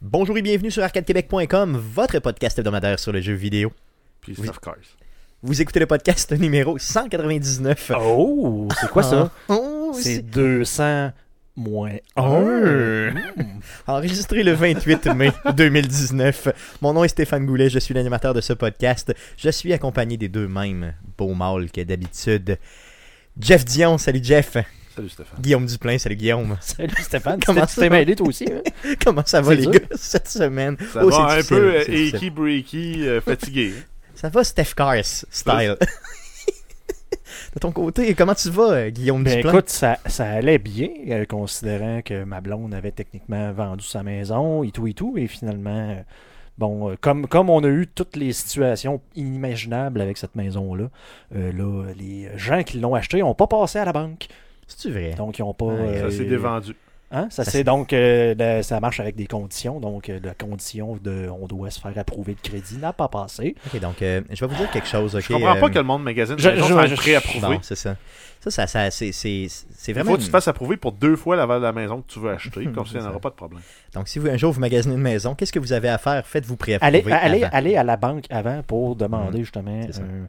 Bonjour et bienvenue sur arcadequebec.com, votre podcast hebdomadaire sur les jeux vidéo. Puis Oui. Stuff Cars. Vous écoutez le podcast numéro 199. Oh, c'est quoi ça? Oh, C'est c'est 200 moins 1. enregistré le 28 mai 2019. Mon nom est Stéphane Goulet, je suis l'animateur de ce podcast. Je suis accompagné des deux mêmes beaux mâles que d'habitude. Jeff Dion, salut Jeff. Salut Stéphane. Guillaume Duplain, salut Guillaume. Salut Stéphane, Comment tu t'es- tu t'es ça? mêlé toi aussi? hein? Comment ça va C'est les dur. gars cette semaine? Ça Oh, c'est va un difficile, peu euh, c'est difficile. achy breaky, euh, fatigué. Ça va Steph Cars style. de ton côté, comment tu vas euh, Guillaume Ben Duplain? écoute, ça, ça allait bien, euh, considérant que ma blonde avait techniquement vendu sa maison et tout et tout, et finalement, euh, bon, euh, comme, comme on a eu toutes les situations inimaginables avec cette maison-là, euh, là, les gens qui l'ont achetée n'ont pas passé à la banque, C'est-tu vrai? donc ils n'ont pas... Ouais, euh, Ça s'est dévendu. Hein? Ça, Ça, c'est c'est- donc euh, la- ça marche avec des conditions. Donc euh, la condition de on doit se faire approuver le crédit n'a pas passé. Ok, donc euh, je vais vous dire quelque chose. ok, Je comprends pas euh, que le monde magazine je- je, maison je- sans je- pré-approuver. Bon, c'est ça. Ça, ça, ça- c'est, c'est, c'est Il vraiment. faut que tu une- te fasses approuver pour deux fois la valeur de la maison que tu veux acheter, comme ça, il n'y en C'est aura ça. pas de problème. Donc, si vous, un jour vous magasinez une maison, qu'est-ce que vous avez à faire Faites-vous préapprouver. Allez, allez, avant. Mm, allez à la banque avant pour demander justement. c'est ça. euh,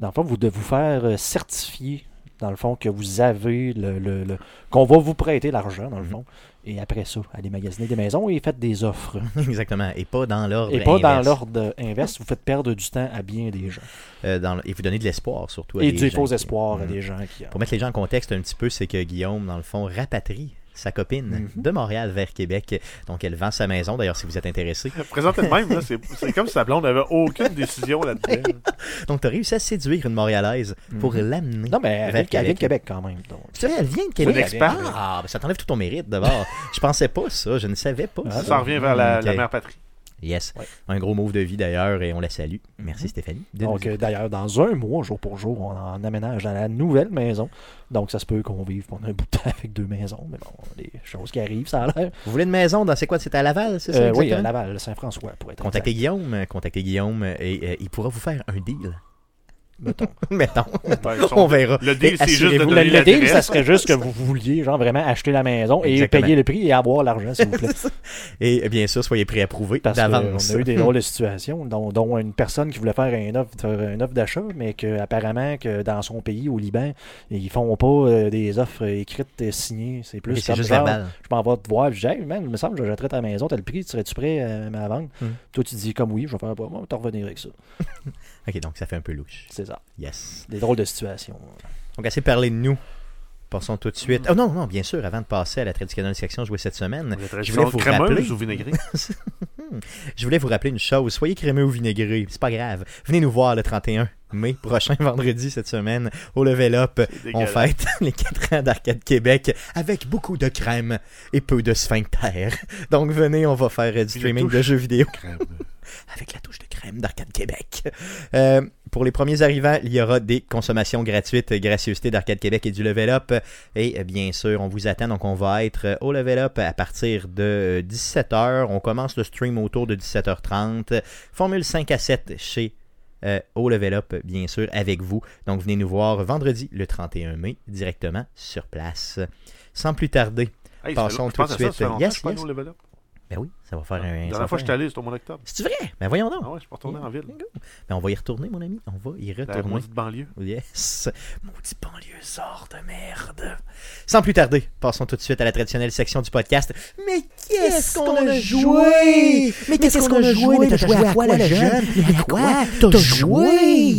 dans le fond, vous de vous faire euh, certifier dans le fond que vous avez le, le- le- qu'on va vous prêter l'argent dans le Mhm. fond. Et après ça, allez magasiner des maisons et faites des offres. Exactement. Et pas dans l'ordre. Et pas dans inverse. l'ordre inverse, vous faites perdre du temps à bien des gens. Euh, dans le- Et vous donner de l'espoir, surtout. à Et des du gens faux qui- espoir à Mhm. des gens qui. Pour mettre les gens en contexte un petit peu, c'est que Guillaume, dans le fond, rapatrie sa copine Mhm. de Montréal vers Québec. Donc, elle vend sa maison, d'ailleurs, si vous êtes intéressé. Présente le même, là, c'est c'est comme si sa blonde n'avait aucune décision là-dedans. Donc, tu as réussi à séduire une Montréalaise pour l'amener. Mhm. Non, mais elle Vers vient- elle vient Québec. de Québec quand même. donc. C'est vrai, elle vient de C'est Québec. une expat. Ah, ben, ça t'enlève tout ton mérite d'abord. je pensais pas ça, je ne savais pas. Ah, Ça en revient vers la, Ok. la mère patrie. Yes. Ouais. Un gros move de vie d'ailleurs et on la salue. Merci Stéphanie. de nous- Donc, euh, d'ailleurs, dans un mois, jour pour jour, on en aménage dans la nouvelle maison. Donc, ça se peut qu'on vive pendant un bout de temps avec deux maisons. Mais bon, les choses qui arrivent, ça a l'air. Vous voulez une maison dans c'est quoi C'était à Laval, c'est ça Euh, oui, exactement? à Laval, Saint-François, pour être Contactez exact, Guillaume, euh, contactez Guillaume et euh, il pourra vous faire un deal. mettons. Mettons, Ben, ils sont- on verra. Le deal, Et c'est juste de assurez-vous, Le, donner le deal, ça l'adresse. serait juste que vous vouliez genre, vraiment acheter la maison et Exactement. payer le prix et avoir l'argent, s'il vous plaît. Et euh, bien sûr, soyez préapprouvés Parce d'avance. qu'on a eu des drôles de situations, dont, dont une personne qui voulait faire un offre, faire une offre d'achat, mais que apparemment que dans son pays, au Liban, ils font pas euh, des offres écrites et signées. C'est Mais plus c'est comme juste genre, verbal. je m'en vais te voir, puis je dis, Hey, man, il me semble que j'achèterais ta maison, t'as le prix, serais-tu prêt euh, à me la vendre? Mm. Toi, tu dis comme oui, je vais faire pas, moi, t'en revenir avec ça. Ok, donc ça fait un peu louche. C'est ça. Yes. Des drôles de situations. Donc assez parlé de nous. Passons tout de suite. Oh non, non, bien sûr, avant de passer à la traditionnelle section jouée cette semaine, La je tradition voulais vous rappeler. crémeuse ou vinaigrée. Je voulais vous rappeler une chose. Soyez crémeux ou vinaigré, c'est pas grave. Venez nous voir le 31 mai prochain, vendredi cette semaine, au Level Up. On Dégueulasse. fête les 4 ans d'Arcade Québec avec beaucoup de crème et peu de sphincter. Donc venez, on va faire euh, du Une streaming touche. de jeux vidéo Crème. avec la touche de crème d'Arcade Québec. Euh, pour les premiers arrivants, il y aura des consommations gratuites, euh, gracieuseté d'Arcade Québec et du Level Up. Et euh, bien sûr, on vous attend. Donc, on va être euh, au Level Up à partir de 17h. On commence le stream autour de 17h30. Formule 5 à 7 chez euh, au Level Up, bien sûr, avec vous. Donc, venez nous voir vendredi, le 31 mai, directement sur place. Sans plus tarder, Hey, ça fait Passons long- je tout de pense à ça, ça suite. fait longtemps que Yes, je suis pas allé yes. au level up. ben oui, ça va faire Ah, un. La ça va dernière fois que je faire suis allé, c'était au mois d'octobre. un- C'est-tu vrai? Ben voyons donc. Ah ouais, je suis retourné en ville. Ben on va y retourner, mon ami. On va y La retourner. maudite banlieue. Yes. Maudit banlieusard de merde. Sans plus tarder, passons tout de suite à la traditionnelle section du podcast. Mais qu'est-ce qu'on a joué? Mais qu'est-ce qu'on a joué? Mais t'as joué à quoi, le jeune? Mais à quoi t'as joué?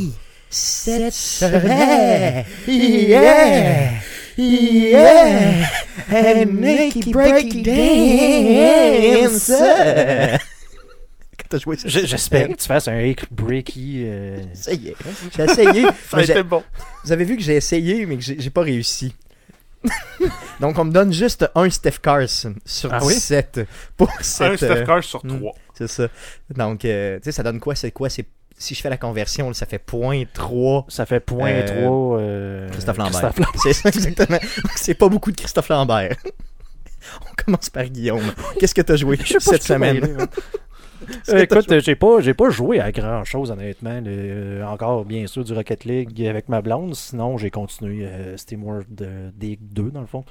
Cette semaine. Yeah! Yeah! And Nicky Breaky Dance! Quand t'as joué ça? J'espère que tu fasses un hic breaky. euh, J'ai essayé. J'ai essayé. Ça a mais j'ai- été bon. vous avez vu que j'ai essayé, mais que j'ai j'ai pas réussi. Donc, on me donne juste un Steph Carson sur Ah oui? 17 pour cette. Un Steph euh, Curry sur hmm. trois. c'est ça. Donc, euh, tu sais, ça donne quoi C'est quoi C'est Si je fais la conversion, là, ça fait 0.3. Ça fait point Euh, 3. Christophe Lambert. C'est ça, exactement. Donc, C'est pas beaucoup de Christophe Lambert. On commence par Guillaume. Qu'est-ce que t'as joué cette semaine Euh, hein. écoute, euh, j'ai pas, j'ai pas joué à grand chose honnêtement. Le- euh, encore bien sûr du Rocket League avec ma blonde. Sinon, j'ai continué euh, SteamWorld euh, Dig 2 dans le fond.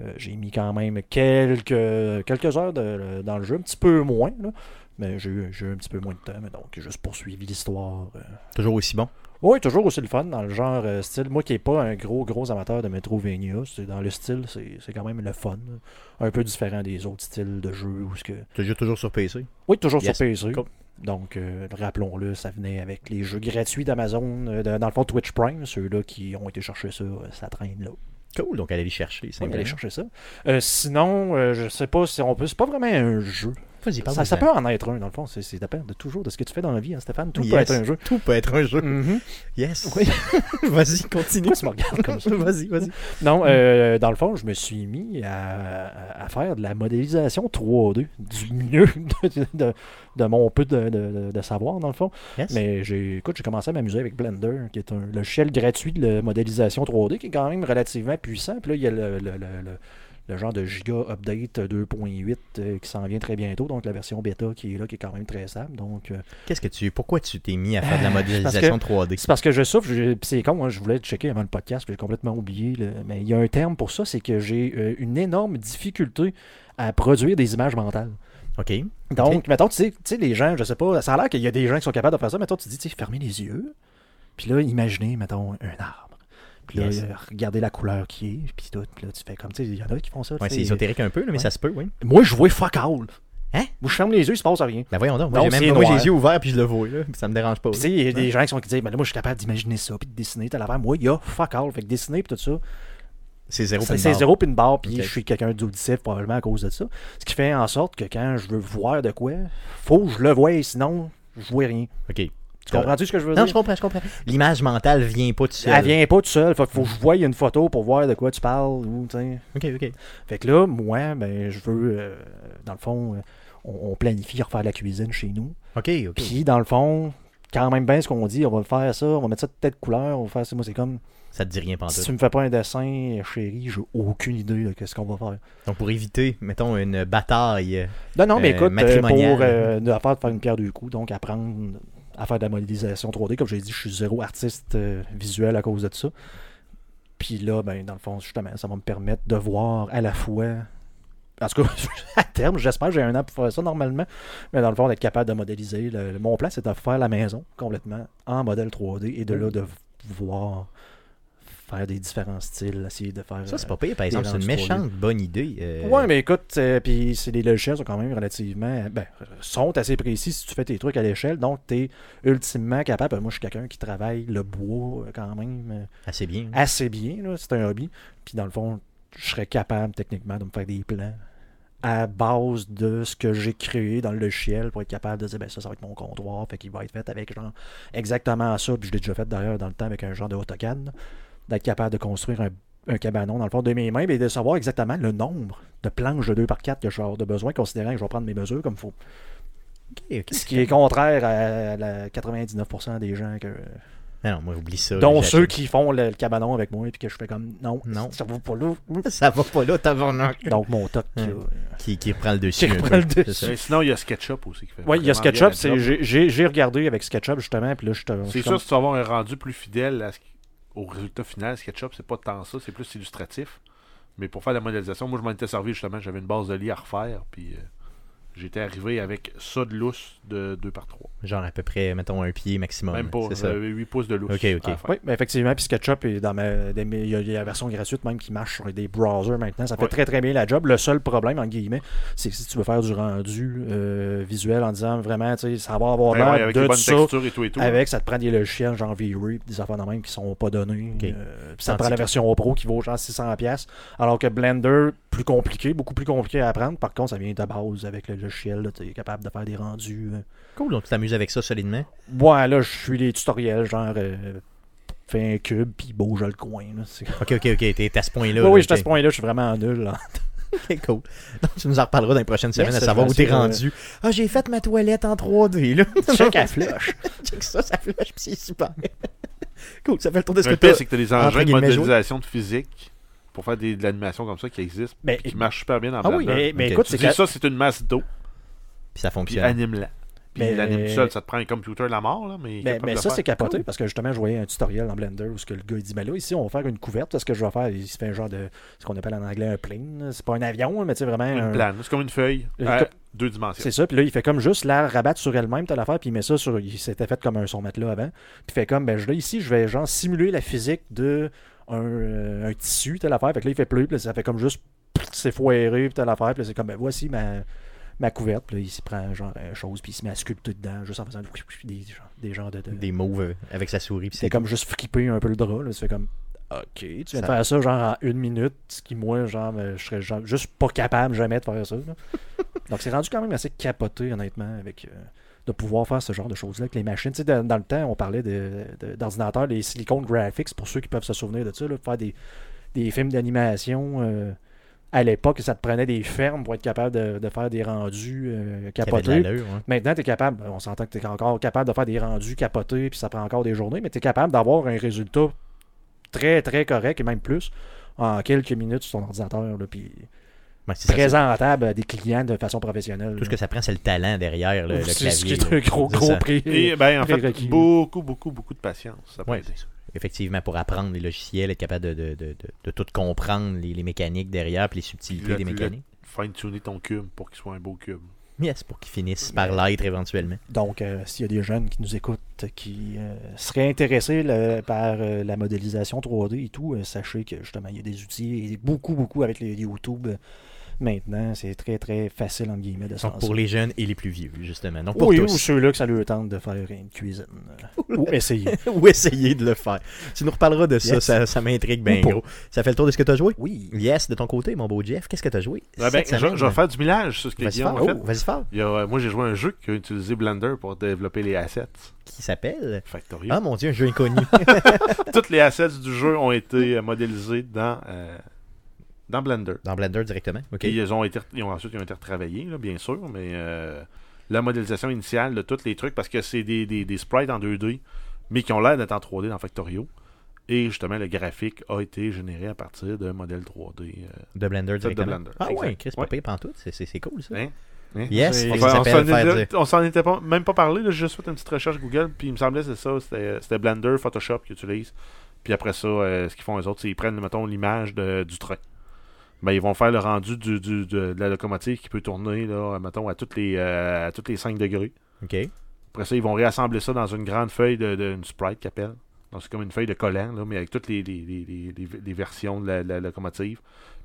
Euh, j'ai mis quand même quelques, quelques heures de- dans le jeu, un petit peu moins, là. mais j'ai eu, j'ai eu un petit peu moins de temps. Mais donc, j'ai juste poursuivi l'histoire. euh. Toujours aussi bon. Oui, toujours aussi le fun dans le genre euh, style. Moi qui n'ai pas un gros, gros amateur de Metrovania, c'est dans le style, c'est c'est quand même le fun. là. Un peu différent des autres styles de jeu. Où ce que... Tu joues toujours sur PC. Oui, toujours Yes. sur PC. Cool. Donc, euh, rappelons-le, ça venait avec les jeux gratuits d'Amazon, euh, de- dans le fond Twitch Prime, ceux-là qui ont été chercher ça, euh, ça traîne là. Cool, donc allez y chercher. On va simplement. aller chercher ça. Euh, sinon, euh, je sais pas si on peut. C'est pas vraiment un jeu. Vas-y, Ça, parle-moi-en. ça peut en être un, dans le fond. C'est c'est dépend de toujours de ce que tu fais dans la vie, hein, Stéphane. Tout peut Yes. être un jeu. Tout peut être un jeu. Mhm. Yes. Oui. vas-y, continue. Pourquoi tu me regardes comme ça? vas-y, vas-y. Non, euh, dans le fond, je me suis mis à, à faire de la modélisation 3D du mieux de, de- de mon peu de, de- de savoir, dans le fond. Yes. Mais j'ai, écoute, j'ai commencé à m'amuser avec Blender, qui est un logiciel gratuit de la modélisation 3D, qui est quand même relativement puissant. Puis là, il y a le, le- le- le- le genre de giga update 2.8 euh, qui s'en vient très bientôt, donc la version bêta qui est là, qui est quand même très stable. Donc, euh, Qu'est-ce que tu. Pourquoi tu t'es mis à faire de la Euh, modélisation 3D c'est parce que je souffre, je- pis c'est con, hein, je voulais checker avant le podcast, puis j'ai complètement oublié. là. mais il y a un terme pour ça, c'est que j'ai euh, une énorme difficulté à produire des images mentales. Ok. Donc, Ok. mettons, tu sais- tu sais, les gens, je sais pas, ça a l'air qu'il y a des gens qui sont capables de faire ça, mettons, tu dis, tu sais, fermez les yeux, puis là, imaginez, mettons, un arbre. Puis là, Yes. euh, regardez la couleur qui est, puis tout, puis là, tu fais comme, tu sais, il y en a qui font ça. tu Ouais, sais. c'est ésotérique un peu, là, mais Ouais. ça se peut, oui. Moi, je vois fuck all. Hein? Moi, je ferme les yeux, il se passe rien. Ben voyons donc. Non, Moi, j'ai c'est même moi, j'ai noir. les yeux ouverts puis je le vois, là. Ça me dérange pas. Puis, tu sais, il y a des gens qui sont qui disent, ben là, moi, je suis capable d'imaginer ça, puis de dessiner, t'as l'affaire. Moi, il y a fuck all. Fait que dessiner, puis tout ça, C'est zéro C'est puis c'est barre. zéro puis une barre, puis Ok. je suis quelqu'un d'auditif probablement à cause de ça. Ce qui fait en sorte que quand je veux voir de quoi, faut que je le voie, sinon je vois rien. Ok. Tu comprends-tu ce que je veux Non, je dire? comprends, je comprends. L'image mentale vient pas tout seul. Elle vient pas tout seul, faut, faut que je voie une photo pour voir de quoi tu parles. Ou, tu sais. Ok, ok. fait que là, moi, ben, je veux, euh, dans le fond, euh, on, on planifie refaire la cuisine chez nous. Ok, ok. Puis dans le fond, quand même bien ce qu'on dit, on va faire ça, on va mettre ça de telle couleur, on va faire ça. Moi, c'est comme, Ça te dit rien si pantoute. tu me fais pas un dessin, chérie, j'ai aucune idée de ce qu'on va faire. Donc pour éviter, mettons, une bataille. Non, non, mais euh, écoute, euh, matrimonial. pour euh, de- à faire de faire une pierre deux coups, donc apprendre à faire de la modélisation 3D, comme j'ai dit, je suis zéro artiste euh, visuel à cause de ça. Puis là, ben, dans le fond, justement, ça va me permettre de voir à la fois. En tout cas, à terme, j'espère que j'ai un an pour faire ça normalement. Mais dans le fond, d'être capable de modéliser. le- le- mon plan, c'est de faire la maison complètement en modèle 3D et de là, de v- voir faire des différents styles, essayer de faire. Ça, c'est euh, pas pire, par exemple. C'est une lances 3D. méchante bonne idée. euh, Ouais, mais écoute, euh, puis c'est- les logiciels sont quand même relativement. Ben, sont assez précis si tu fais tes trucs à l'échelle. Donc, tu es ultimement capable. Moi, je suis quelqu'un qui travaille le bois euh, quand même euh, Assez bien. assez bien. là, C'est un hobby. Puis, dans le fond, je serais capable techniquement de me faire des plans à base de ce que j'ai créé dans le logiciel pour être capable de dire ben ça ça va être mon comptoir fait qu'il va être fait avec genre exactement ça puis je l'ai déjà fait d'ailleurs dans le temps avec un genre de AutoCAD d'être capable de construire un, un cabanon dans le fond de mes mains et de savoir exactement le nombre de planches de 2 par 4 que je vais avoir de besoin considérant que je vais prendre mes mesures comme il faut Ok, ok. ce qui est contraire à la 99% des gens que Ah Non, moi, oublie ça. dont j'ai ceux acheté- qui font le, le cabanon avec moi et que je fais comme non Non. ça vaut pas l'eau Ça va pas là, tabarnak. donc mon toc Hein. là, Qui, qui reprend le dessus. Qui un reprend peu, le c'est dessus. ça. Mais sinon, il y a SketchUp aussi qui fait. Oui, il y a vraiment bien la SketchUp. c'est- job. j'ai- J'ai j'ai regardé avec SketchUp, justement, puis là, je te... je C'est suis sûr, comme- si tu vas avoir un rendu plus fidèle à ce qui- au résultat final, SketchUp, c'est pas tant ça, c'est plus illustratif. Mais pour faire la modélisation, moi, je m'en étais servi justement, j'avais une base de lit à refaire, puis euh, j'étais arrivé avec ça de lousse de 2 par 3. Genre à peu près, mettons, un pied maximum. Même pas, C'est ça. j'avais 8 pouces de lousse. Ok, ok. à la fin. Oui, ben effectivement, puis SketchUp, est dans ma- des- il y, a- il y a la version gratuite même qui marche sur des browsers maintenant. Ça fait Ouais. très très bien la job. Le seul problème, en guillemets, c'est que si tu veux faire du rendu euh, visuel en disant vraiment, tu sais, ça va avoir Ben Ouais, ouais, l'air avec de les bonnes ça. textures et tout et tout. Avec, ça te prend des logiciels genre V-Rip, des affaires de même qui sont pas donnés. Ok. Euh, puis ça Tandis te prend la que- version Pro qui vaut genre 600$. piastres. Alors que Blender, plus compliqué, beaucoup plus compliqué à apprendre. Par contre, ça vient de base avec le logiciel. Tu es capable de faire des rendus. euh, Cool, donc tu t'amuses avec ça solidement. Ouais, là, je suis les tutoriels, genre, euh, fais un cube, puis beau, je le coin. Là, c'est- Ok, ok, ok. T'es t'es à ce point-là. Ouais, là, oui, je suis à ok. ce point-là, je suis vraiment nul. là. Ok, cool. Donc, tu nous en reparleras dans les prochaines semaines à je savoir vais où t'es essayer de- rendu. Ah, j'ai fait ma toilette en 3D, là. Check à flèche. Check ça, ça flash, puis c'est super. cool, ça fait le tour de ce que Le t'as. pire, c'est que tu as des entre engins de guillemets, joué. modélisation de physique pour faire des- de l'animation comme ça qui existe, Mais, qui marche super bien dans ah oui, Blender. mais, mais Ok, écoute, Tu c'est dis que ça, c'est une masse d'eau, Puis ça puis fonctionne. anime-la. Puis Puis Mais- l'anime tout seul, ça te prend un computer la mort, là, mais. il est Mais, capable mais de le Ben, ça, faire. c'est capoté parce que justement, je voyais un tutoriel dans Blender où ce que le gars il dit ben là, ici, on va faire une couverte. Ce que je vais faire, il se fait un genre de ce qu'on appelle en anglais un plane. là. C'est pas un avion, mais c'est vraiment. Une un- plane. C'est comme une feuille. Une à cop- deux dimensions. C'est ça. Puis là, il fait comme juste la rabattre sur elle-même, telle affaire. Puis il met ça sur. Il s'était fait comme un son matelas avant. Puis il fait comme ben je- là, ici, je vais genre simuler la physique de un, euh, un tissu, telle affaire. Fait que là, il fait plus. Puis là, ça fait comme juste. pff, C'est foiré, puis telle affaire. Puis là, c'est comme ben voici ma. Ma couverte, puis là, il s'y prend genre une chose, puis il se met à sculpter dedans, juste en faisant des, des, des genres de, de- Des moves euh, avec sa souris. puis c'est c'est comme juste flipper un peu le drap. Là. Tu fais comme, OK, tu viens Ça- de faire ça genre en une minute, ce qui, moi, genre, me- je serais genre, juste pas capable jamais de faire ça. là. Donc, c'est rendu quand même assez capoté, honnêtement, avec euh, de pouvoir faire ce genre de choses-là avec les machines. Tu sais, dans, dans le temps, on parlait de- de- d'ordinateurs, les silicone graphics, pour ceux qui peuvent se souvenir de ça, là, faire des, des films d'animation. euh, à l'époque, ça te prenait des fermes pour être capable de, de faire des rendus euh, qui avait de capotés. l'allure, hein. Maintenant, tu es capable, on s'entend que tu es encore capable de faire des rendus capotés, puis ça prend encore des journées, mais tu es capable d'avoir un résultat très, très correct, et même plus, en quelques minutes sur ton ordinateur, là, puis Ouais, c'est ça, c'est- présentable à des clients de façon professionnelle. Tout ce que ça prend, c'est le talent derrière le, le C'est clavier. ce qui est là. un gros, C'est gros ça. prix. Et ben, en fait, Prérequis. beaucoup, beaucoup, beaucoup de patience. Ça peut Ouais. aider. Effectivement, pour apprendre les logiciels, être capable de, de, de, de- de tout comprendre, les, les mécaniques derrière, puis les subtilités Le- des le- mécaniques. Fine-tuner ton cube pour qu'il soit un beau cube. Yes, pour qu'ils finissent par l'être éventuellement. Donc, euh, s'il y a des jeunes qui nous écoutent, euh, qui euh, seraient intéressés là, par euh, la modélisation 3D et tout, euh, sachez que justement, il y a des outils, et beaucoup, beaucoup avec les YouTube. euh, Maintenant, c'est très, très facile, entre guillemets, de s'en Donc, pour les jeunes et les plus vieux, justement. Donc, pour Ah, Oui, ou tous. ceux-là que ça leur tente de faire une cuisine. euh, ou essayer. ou essayer de le faire. Tu nous reparleras de ça, Yes. ça, ça m'intrigue bien Ou pas. gros. Ça fait le tour de ce que tu as joué? Oui. Yes, de ton côté, mon beau Jeff, qu'est-ce que tu as joué? Ah ben, cette je, semaine? je vais faire du millage sur ce que Ben, Vas-y Guillaume fort. a fait. Oh, vas-y fort. Il y a, euh, moi, j'ai joué à un jeu qui a utilisé Blender pour développer les assets. Qui s'appelle? Factorio. Ah mon dieu, un jeu inconnu. Toutes ben. les assets du jeu ont été euh, modélisés dans, euh, dans Blender. Dans Blender directement. OK. Et ils ont été, ils ont, ensuite, ils ont été retravaillés, là, bien sûr, mais euh, la modélisation initiale de tous les trucs, parce que c'est des, des- des sprites en 2D, mais qui ont l'air d'être en 3D dans Factorio. Et justement, le graphique a été généré à partir d'un modèle 3D. euh, De Blender Fait de directement. Blender, Ah exact. ouais, Chris, pas Ouais. pire pantoute. C'est- C'est c'est cool ça. Hein? Hein? Yes, C'est- on Enfin, on s'appelle s'en faire était- dire. on s'en était pas, même pas parlé, là, j'ai juste fait une petite recherche Google, puis il me semblait c'est ça, c'était c'était Blender, Photoshop qu'ils utilisent. Puis après ça, euh, ce qu'ils font les autres, c'est qu'ils prennent, mettons, l'image de- du train. Ben, ils vont faire le rendu du, du- de, de la locomotive qui peut tourner, là, mettons, à toutes les, euh, à toutes les 5 degrés. OK. Après ça, ils vont réassembler ça dans une grande feuille de, de- une sprite qu'ils appellent. Donc, c'est comme une feuille de collant, là, mais avec toutes les, les- les- les- les- les versions de la, la locomotive.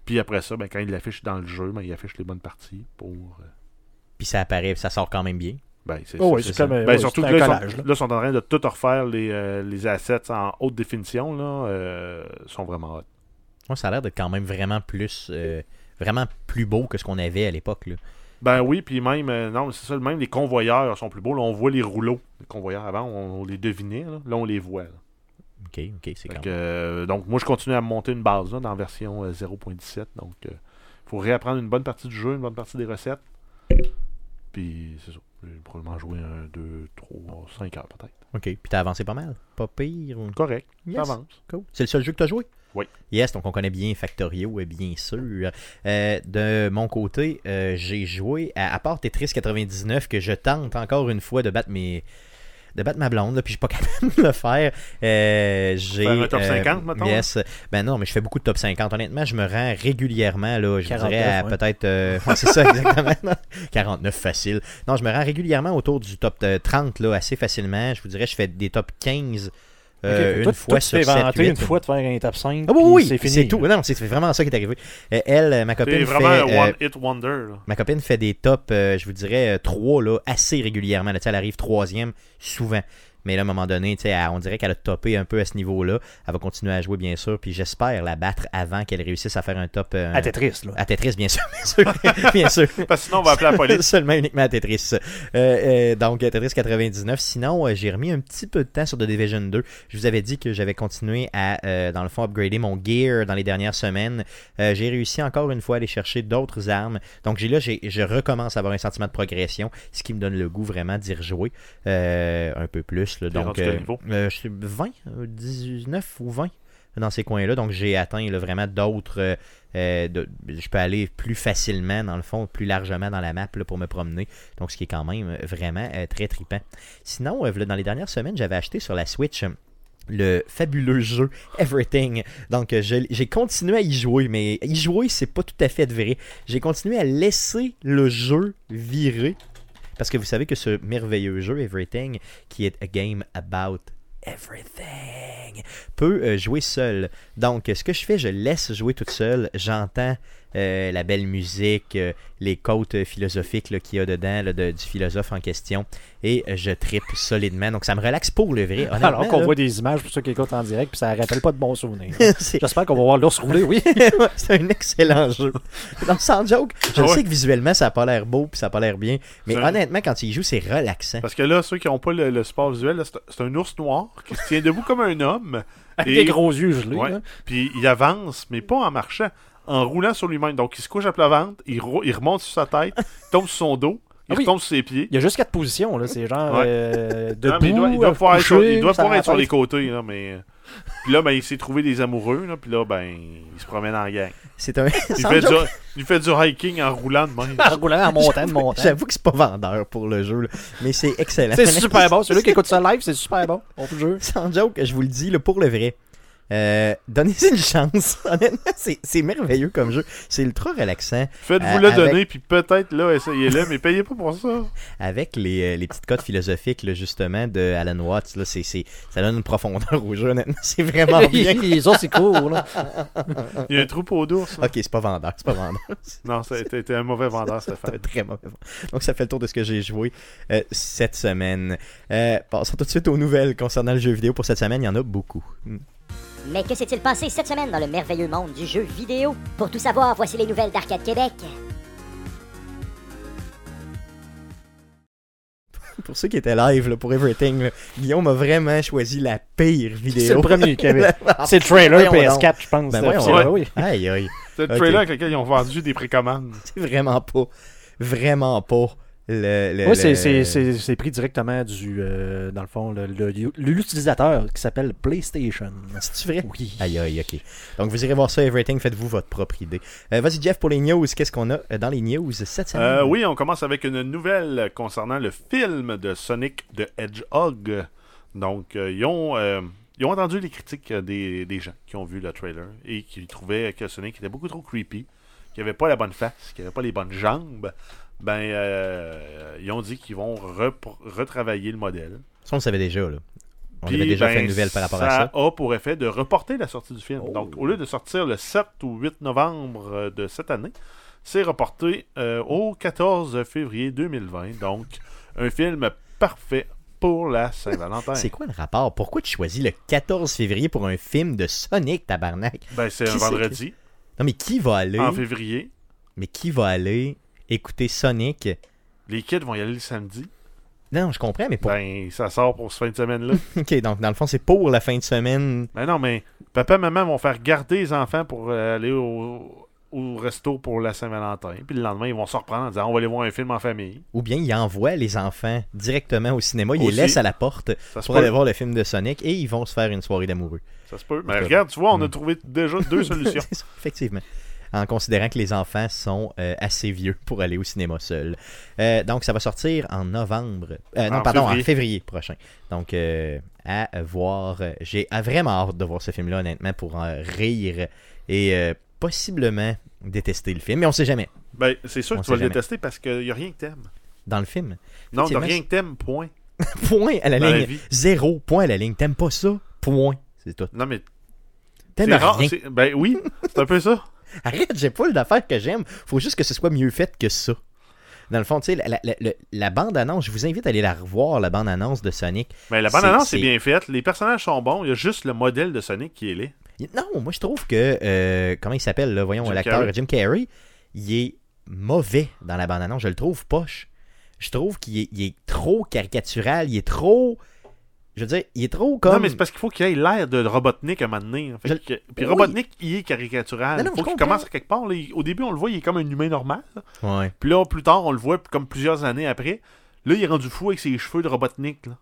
Puis après ça, ben, quand ils l'affichent dans le jeu, ben, ils affichent les bonnes parties pour... euh, Puis ça apparaît, ça sort quand même bien. ben, c'est Oh, oui, c'est c'est ça. comme euh, ben, ouais, surtout c'est que un là, ils sont- collage. là, là. ils sont en train de tout refaire les, euh, les assets en haute définition. Là, euh, sont vraiment hot. Moi, ça a l'air d'être quand même vraiment plus euh, vraiment plus beau que ce qu'on avait à l'époque là. Ben oui, puis même, euh, non, c'est ça, même les convoyeurs sont plus beaux. Là, on voit les rouleaux. Les convoyeurs avant, on, on les devinait. Là, Là, on les voit. là. OK, OK, c'est Fait quand que, même. euh, donc, moi, je continue à monter une base là, dans version euh, 0.17. Donc, il faut réapprendre une bonne partie du jeu, une bonne partie des recettes. Puis, c'est ça. J'ai probablement joué un, deux, trois, cinq heures peut-être. OK, puis t'as avancé pas mal. Pas pire. ou- Correct, Yes. ça avance. Cool. C'est le seul jeu que tu as joué? Oui. Yes, donc on connaît bien Factorio, euh, bien sûr. Euh, de mon côté, euh, j'ai joué à, à part Tetris 99 que je tente encore une fois de battre mes de battre ma blonde, là, puis je suis pas capable de le faire. Euh, j'ai, Faire un top euh, 50, mettons, hein? Yes. Ben non, mais je fais beaucoup de top 50. Honnêtement, je me rends régulièrement, là, je 49, dirais à ouais. peut-être... euh, ouais, c'est ça, exactement. 49 facile. Non, je me rends régulièrement autour du top euh, 30, là, assez facilement. Je vous dirais, je fais des top 15 euh, Ok, une toi, fois toi, tu sur t'es 7, vanté 8. une fois de faire un top 5. Ah oui, oui, c'est oui, fini. c'est tout. Non, c'est c'est vraiment ça qui est arrivé. Euh, elle, euh, ma C'est copine, fait, vraiment un euh, one-hit wonder. là. ma copine fait des tops, euh, je vous dirais, euh, trois là, assez régulièrement. Là, tu sais, elle arrive troisième souvent. Mais là, à un moment donné, tu sais, elle- on dirait qu'elle a topé un peu à ce niveau-là. Elle va continuer à jouer, bien sûr. Puis j'espère la battre avant qu'elle réussisse à faire un top. euh, À Tetris, là. à Tetris, bien sûr. Bien sûr. bien sûr. Parce que sinon, on va appeler la police. Seulement uniquement à Tetris. Euh, euh, donc à Tetris 99. Sinon, euh, j'ai remis un petit peu de temps sur The Division 2. Je vous avais dit que j'avais continué à, euh, dans le fond, upgrader mon gear dans les dernières semaines. Euh, j'ai réussi encore une fois à aller chercher d'autres armes. Donc j'ai là, j'ai- je recommence à avoir un sentiment de progression, ce qui me donne le goût vraiment d'y rejouer euh, un peu plus. là. T'es donc rendu quel euh, niveau? euh, je suis 20, euh, 19 ou 20. dans ces coins-là. Donc, j'ai atteint là, vraiment d'autres. euh, euh, de- je peux aller plus facilement, dans le fond, plus largement dans la map là, pour me promener. Donc, ce qui est quand même vraiment euh, très tripant. Sinon, euh, v'là, dans les dernières semaines, j'avais acheté sur la Switch euh, le fabuleux jeu Everything. Donc, euh, je- j'ai continué à y jouer, mais y jouer, c'est pas tout à fait vrai. J'ai continué à laisser le jeu virer. Parce que vous savez que ce merveilleux jeu, Everything, qui est a game about everything, peut euh, jouer seul. Donc, ce que je fais, je laisse jouer toute seule. J'entends euh, la belle musique, euh, les côtes philosophiques là, qu'il y a dedans, là, de- du philosophe en question. Et euh, je tripe solidement. Donc, ça me relaxe pour le vrai. Ah, honnêtement, Alors qu'on là. voit des images pour ceux qui écoutent en direct, puis ça rappelle pas de bons souvenirs. C'est- J'espère qu'on va voir l'ours rouler, oui. Ouais, c'est un excellent jeu. Non, sans joke, je Ah le ouais. sais que visuellement, ça n'a pas l'air beau puis ça n'a pas l'air bien. Mais C'est- honnêtement, quand il joue, c'est relaxant. Parce que là, ceux qui n'ont pas le, le support visuel, là, c'est c'est un ours noir qui se tient debout comme un homme. Avec Et- des gros yeux gelés. Ouais. là. Puis il avance, mais pas en marchant, en roulant sur lui-même. Donc il se couche à plat ventre, il, rou- il remonte sur sa tête, il tombe sur son dos, il Ah oui. retombe sur ses pieds. Il y a juste quatre positions, là. C'est genre Ouais. euh, debout, Non, mais il doit, il doit euh, pouvoir être sur, il couché, doit ça pouvoir être sur les rappelle- côtés, là, mais. Puis là, ben, il s'est trouvé des amoureux, là, puis là, ben, il se promène en gang. C'est un. Il sans fait, du, joke, il fait du hiking en roulant de même. En roulant, en montant, de montant. J'avoue que c'est pas vendeur pour le jeu, là, mais c'est excellent. C'est super bon. Celui qui écoute ça live, c'est super bon. On peut jouer. Sans joke, je vous le dis, là, pour le vrai. Euh, Donnez-y une chance. Honnêtement, c'est c'est merveilleux comme jeu. C'est ultra relaxant. Faites-vous Euh, le avec- donner, puis peut-être, là, essayez-le, mais payez pas pour ça. Avec les, euh, les petites codes philosophiques, là, justement, de Alan Watts, là, c'est- c'est- ça donne une profondeur au jeu. Honnêtement, c'est vraiment bien. Les autres, c'est cool. là. Il y a un troupeau d'ours. là. Ok, c'est pas vendeur, c'est pas vendeur. Non, ça a été- t'es un mauvais vendeur, cette C'est un fête. très mauvais vent. Donc, ça fait le tour de ce que j'ai joué euh, cette semaine. Euh, passons tout de suite aux nouvelles concernant le jeu vidéo pour cette semaine. Il y en a beaucoup. Mm. Mais que s'est-il passé cette semaine dans le merveilleux monde du jeu vidéo Pour tout savoir, voici les nouvelles d'Arcade Québec. Pour ceux qui étaient live là, pour Everything, là, Guillaume a vraiment choisi la pire vidéo. C'est le premier qu'il y avait. C'est le trailer Voyons donc. PS4, je pense. Ben voyons C'est- donc. oui. aïe, aïe. C'est le Ok. trailer avec lequel ils ont vendu des précommandes. C'est vraiment pas, vraiment pas le... Euh, le- Oui, c'est- le- c'est- c'est c'est pris directement du, euh, dans le fond, le- le- l'utilisateur qui s'appelle PlayStation. C'est-tu vrai? Oui. Aïe, aïe, ok. Donc, vous irez voir ça, Everything. Faites-vous votre propre idée. Euh, Vas-y, Jeff, pour les news. Qu'est-ce qu'on a euh, dans les news cette semaine? Euh, oui, on commence avec une nouvelle concernant le film de Sonic the Hedgehog. Donc, euh, ils, ont, euh, ils ont entendu les critiques euh, des, des gens qui ont vu le trailer et qui trouvaient que Sonic était beaucoup trop creepy, qu'il n'avait pas la bonne face, qu'il n'avait pas les bonnes jambes. Ben, euh, ils ont dit qu'ils vont repr- retravailler le modèle. Ça, on le savait déjà, là. On Puis, avait déjà ben, fait une nouvelle par rapport à ça. a pour effet de reporter la sortie du film. Oh. Donc, au lieu de sortir le 7 ou 8 novembre euh, de cette année, c'est reporté euh, au 14 février 2020. Donc, un film parfait pour la Saint-Valentin. C'est quoi le rapport? Pourquoi tu choisis le 14 février pour un film de Sonic, tabarnak? Ben, c'est un Qui c'est vendredi, Non, mais qui va aller? en février. Mais qui va aller écouter Sonic? Les kids vont y aller le samedi. Non, je comprends, mais pour... Ben, ça sort pour ce fin de semaine-là. Ok, donc dans le fond, c'est pour la fin de semaine. ben non, mais papa et maman vont faire garder les enfants pour euh, aller au, au resto pour la Saint-Valentin. Puis le lendemain, ils vont se reprendre en disant on va aller voir un film en famille. Ou bien il envoie les enfants directement au cinéma, il les Aussi. laisse à la porte Ça se pour peut. aller voir le film de Sonic et ils vont se faire une soirée d'amoureux. Ça se peut. En Mais tout cas, regarde, tu vois, on a hmm. trouvé déjà deux solutions. C'est ça, Effectivement. En considérant que les enfants sont euh, assez vieux pour aller au cinéma seuls. Euh, donc, ça va sortir en novembre. euh, non, En pardon, en février. février prochain. Donc, euh, à voir. Euh, J'ai euh, vraiment hâte de voir ce film-là, honnêtement, pour en rire et euh, possiblement détester le film. Mais on sait jamais. Ben, c'est sûr On que tu vas sait le jamais. détester parce qu'il n'y a rien que t'aimes. Dans le film. Non, t'as Effectivement, rien que t'aimes, point. Point à la Dans la ligne. vie. Zéro point à la ligne. T'aimes pas ça? Point. C'est tout. Non, mais T'aimes c'est rare. rien. c'est- Ben oui, c'est un peu ça. Arrête, j'ai pas d'affaires que j'aime. Faut juste que ce soit mieux fait que ça. Dans le fond, tu sais, la, la- la- la- la bande-annonce, je vous invite à aller la revoir, la bande-annonce de Sonic. Mais la C'est- bande-annonce c'est- est bien faite. Les personnages sont bons. Il y a juste le modèle de Sonic qui est laid. Non, moi je trouve que, euh, comment il s'appelle, là, voyons, Jim l'acteur Carrey. Jim Carrey, il est mauvais dans la bande-annonce. Je le trouve poche. Je trouve qu'il est, il est trop caricatural, il est trop... Je veux dire, il est trop comme... Non, mais c'est parce qu'il faut qu'il ait l'air de Robotnik à un moment donné. hein. Fait Je- que- Oui. Puis Robotnik, il est caricatural. Non, non, je il faut qu'il comprends. commence à quelque part. là. Il- Au début, on le voit, il est comme un humain normal. Ouais. Puis là, plus tard, on le voit comme plusieurs années après. Là, il est rendu fou avec ses cheveux de Robotnik. là.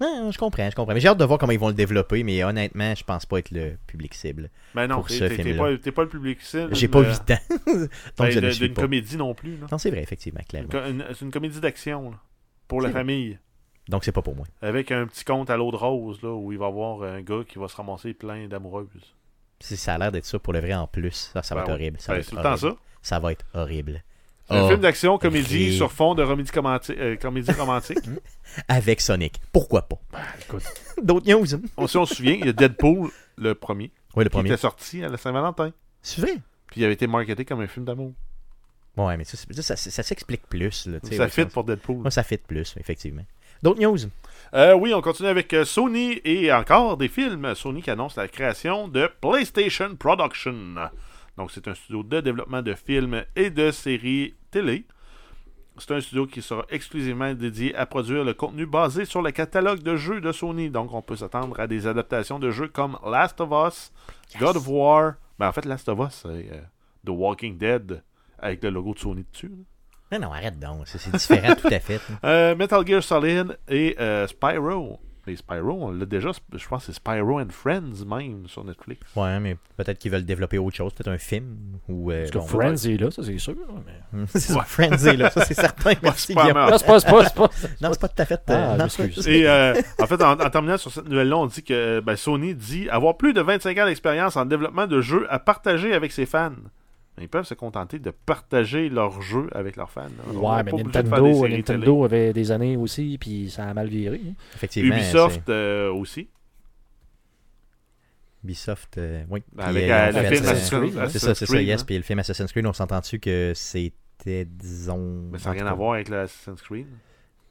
Non, je comprends, je comprends. Mais j'ai hâte de voir comment ils vont le développer, mais honnêtement, je pense pas être le public cible. Ben non, Pour t'es ce t'es- t'es film-là. pas, t'es pas le public cible. J'ai pas euh, vu le temps. Donc ben, je ne de- suis d'une pas. comédie non plus. là. Non, c'est vrai, effectivement, Une clairement. co- une- C'est une comédie d'action là, pour la C'est vrai. famille. Donc c'est pas pour moi. Avec un petit conte à l'eau de rose là, où il va y avoir un gars qui va se ramasser plein d'amoureuses. Si ça a l'air d'être ça pour le vrai en plus, ça, ça va Ben être oui. horrible. Ça Ben, va c'est être tout le temps horrible. ça. Ça va être horrible. C'est Un Oh, film d'action comédie rire. sur fond de comédie romanti- euh, comédie romantique. avec Sonic. Pourquoi pas? Ben, écoute. D'autres news? hein? on, si on se souvient, il y a Deadpool, le premier, Oui, le qui premier. était sorti à la Saint-Valentin. C'est vrai? Puis il avait été marketé comme un film d'amour. Ouais, mais ça, c'est- ça, ça- ça s'explique plus. Là, tu sais, Ça ouais, fit pour Deadpool. Moi, ça fit plus, effectivement. D'autres news? Euh, oui, on continue avec euh, Sony et encore des films. Sony qui annonce la création de PlayStation Production. Donc, c'est un studio de développement de films et de séries télé. C'est un studio qui sera exclusivement dédié à produire le contenu basé sur le catalogue de jeux de Sony. Donc, on peut s'attendre à des adaptations de jeux comme Last of Us, God of War. Ben, en fait, Last of Us, c'est euh, The Walking Dead avec le logo de Sony dessus. là. Non, non, arrête donc. C'est c'est différent tout à fait. Euh, Metal Gear Solid et euh, Spyro. Et Spyro, on l'a déjà, sp- je pense que c'est Spyro and Friends même sur Netflix. Ouais, mais peut-être qu'ils veulent développer autre chose, peut-être un film ou. euh, Parce que bon. Friends est là, ça c'est sûr. Mais... c'est ça, Frenzy, là, ça c'est certain. Merci, c'est pas Guillaume. mal. Non, c'est pas, c'est pas, c'est pas. Non, c'est pas tout à fait. Ah, euh, non, m'excuse. c'est- Et euh, en fait, en, en terminant sur cette nouvelle-là, on dit que ben, Sony dit avoir plus de 25 ans d'expérience en développement de jeux à partager avec ses fans. Mais ils peuvent se contenter de partager leurs jeux avec leurs fans. là. On Ouais, est mais pas obligé de faire des Nintendo, séries télé. Nintendo avait des années aussi, puis ça a mal viré. hein. Effectivement. c'est- Ubisoft euh, aussi. Ubisoft, euh, oui. Ben, Puis, avec euh, euh, ils ont le fait, film euh, Assassin's Creed. C'est ça, c'est Assassin's ça, Creed, yes. hein. Puis le film Assassin's Creed, on s'entend-tu que c'était, disons. Mais ça n'a rien en tout à cas, voir avec le Assassin's Creed.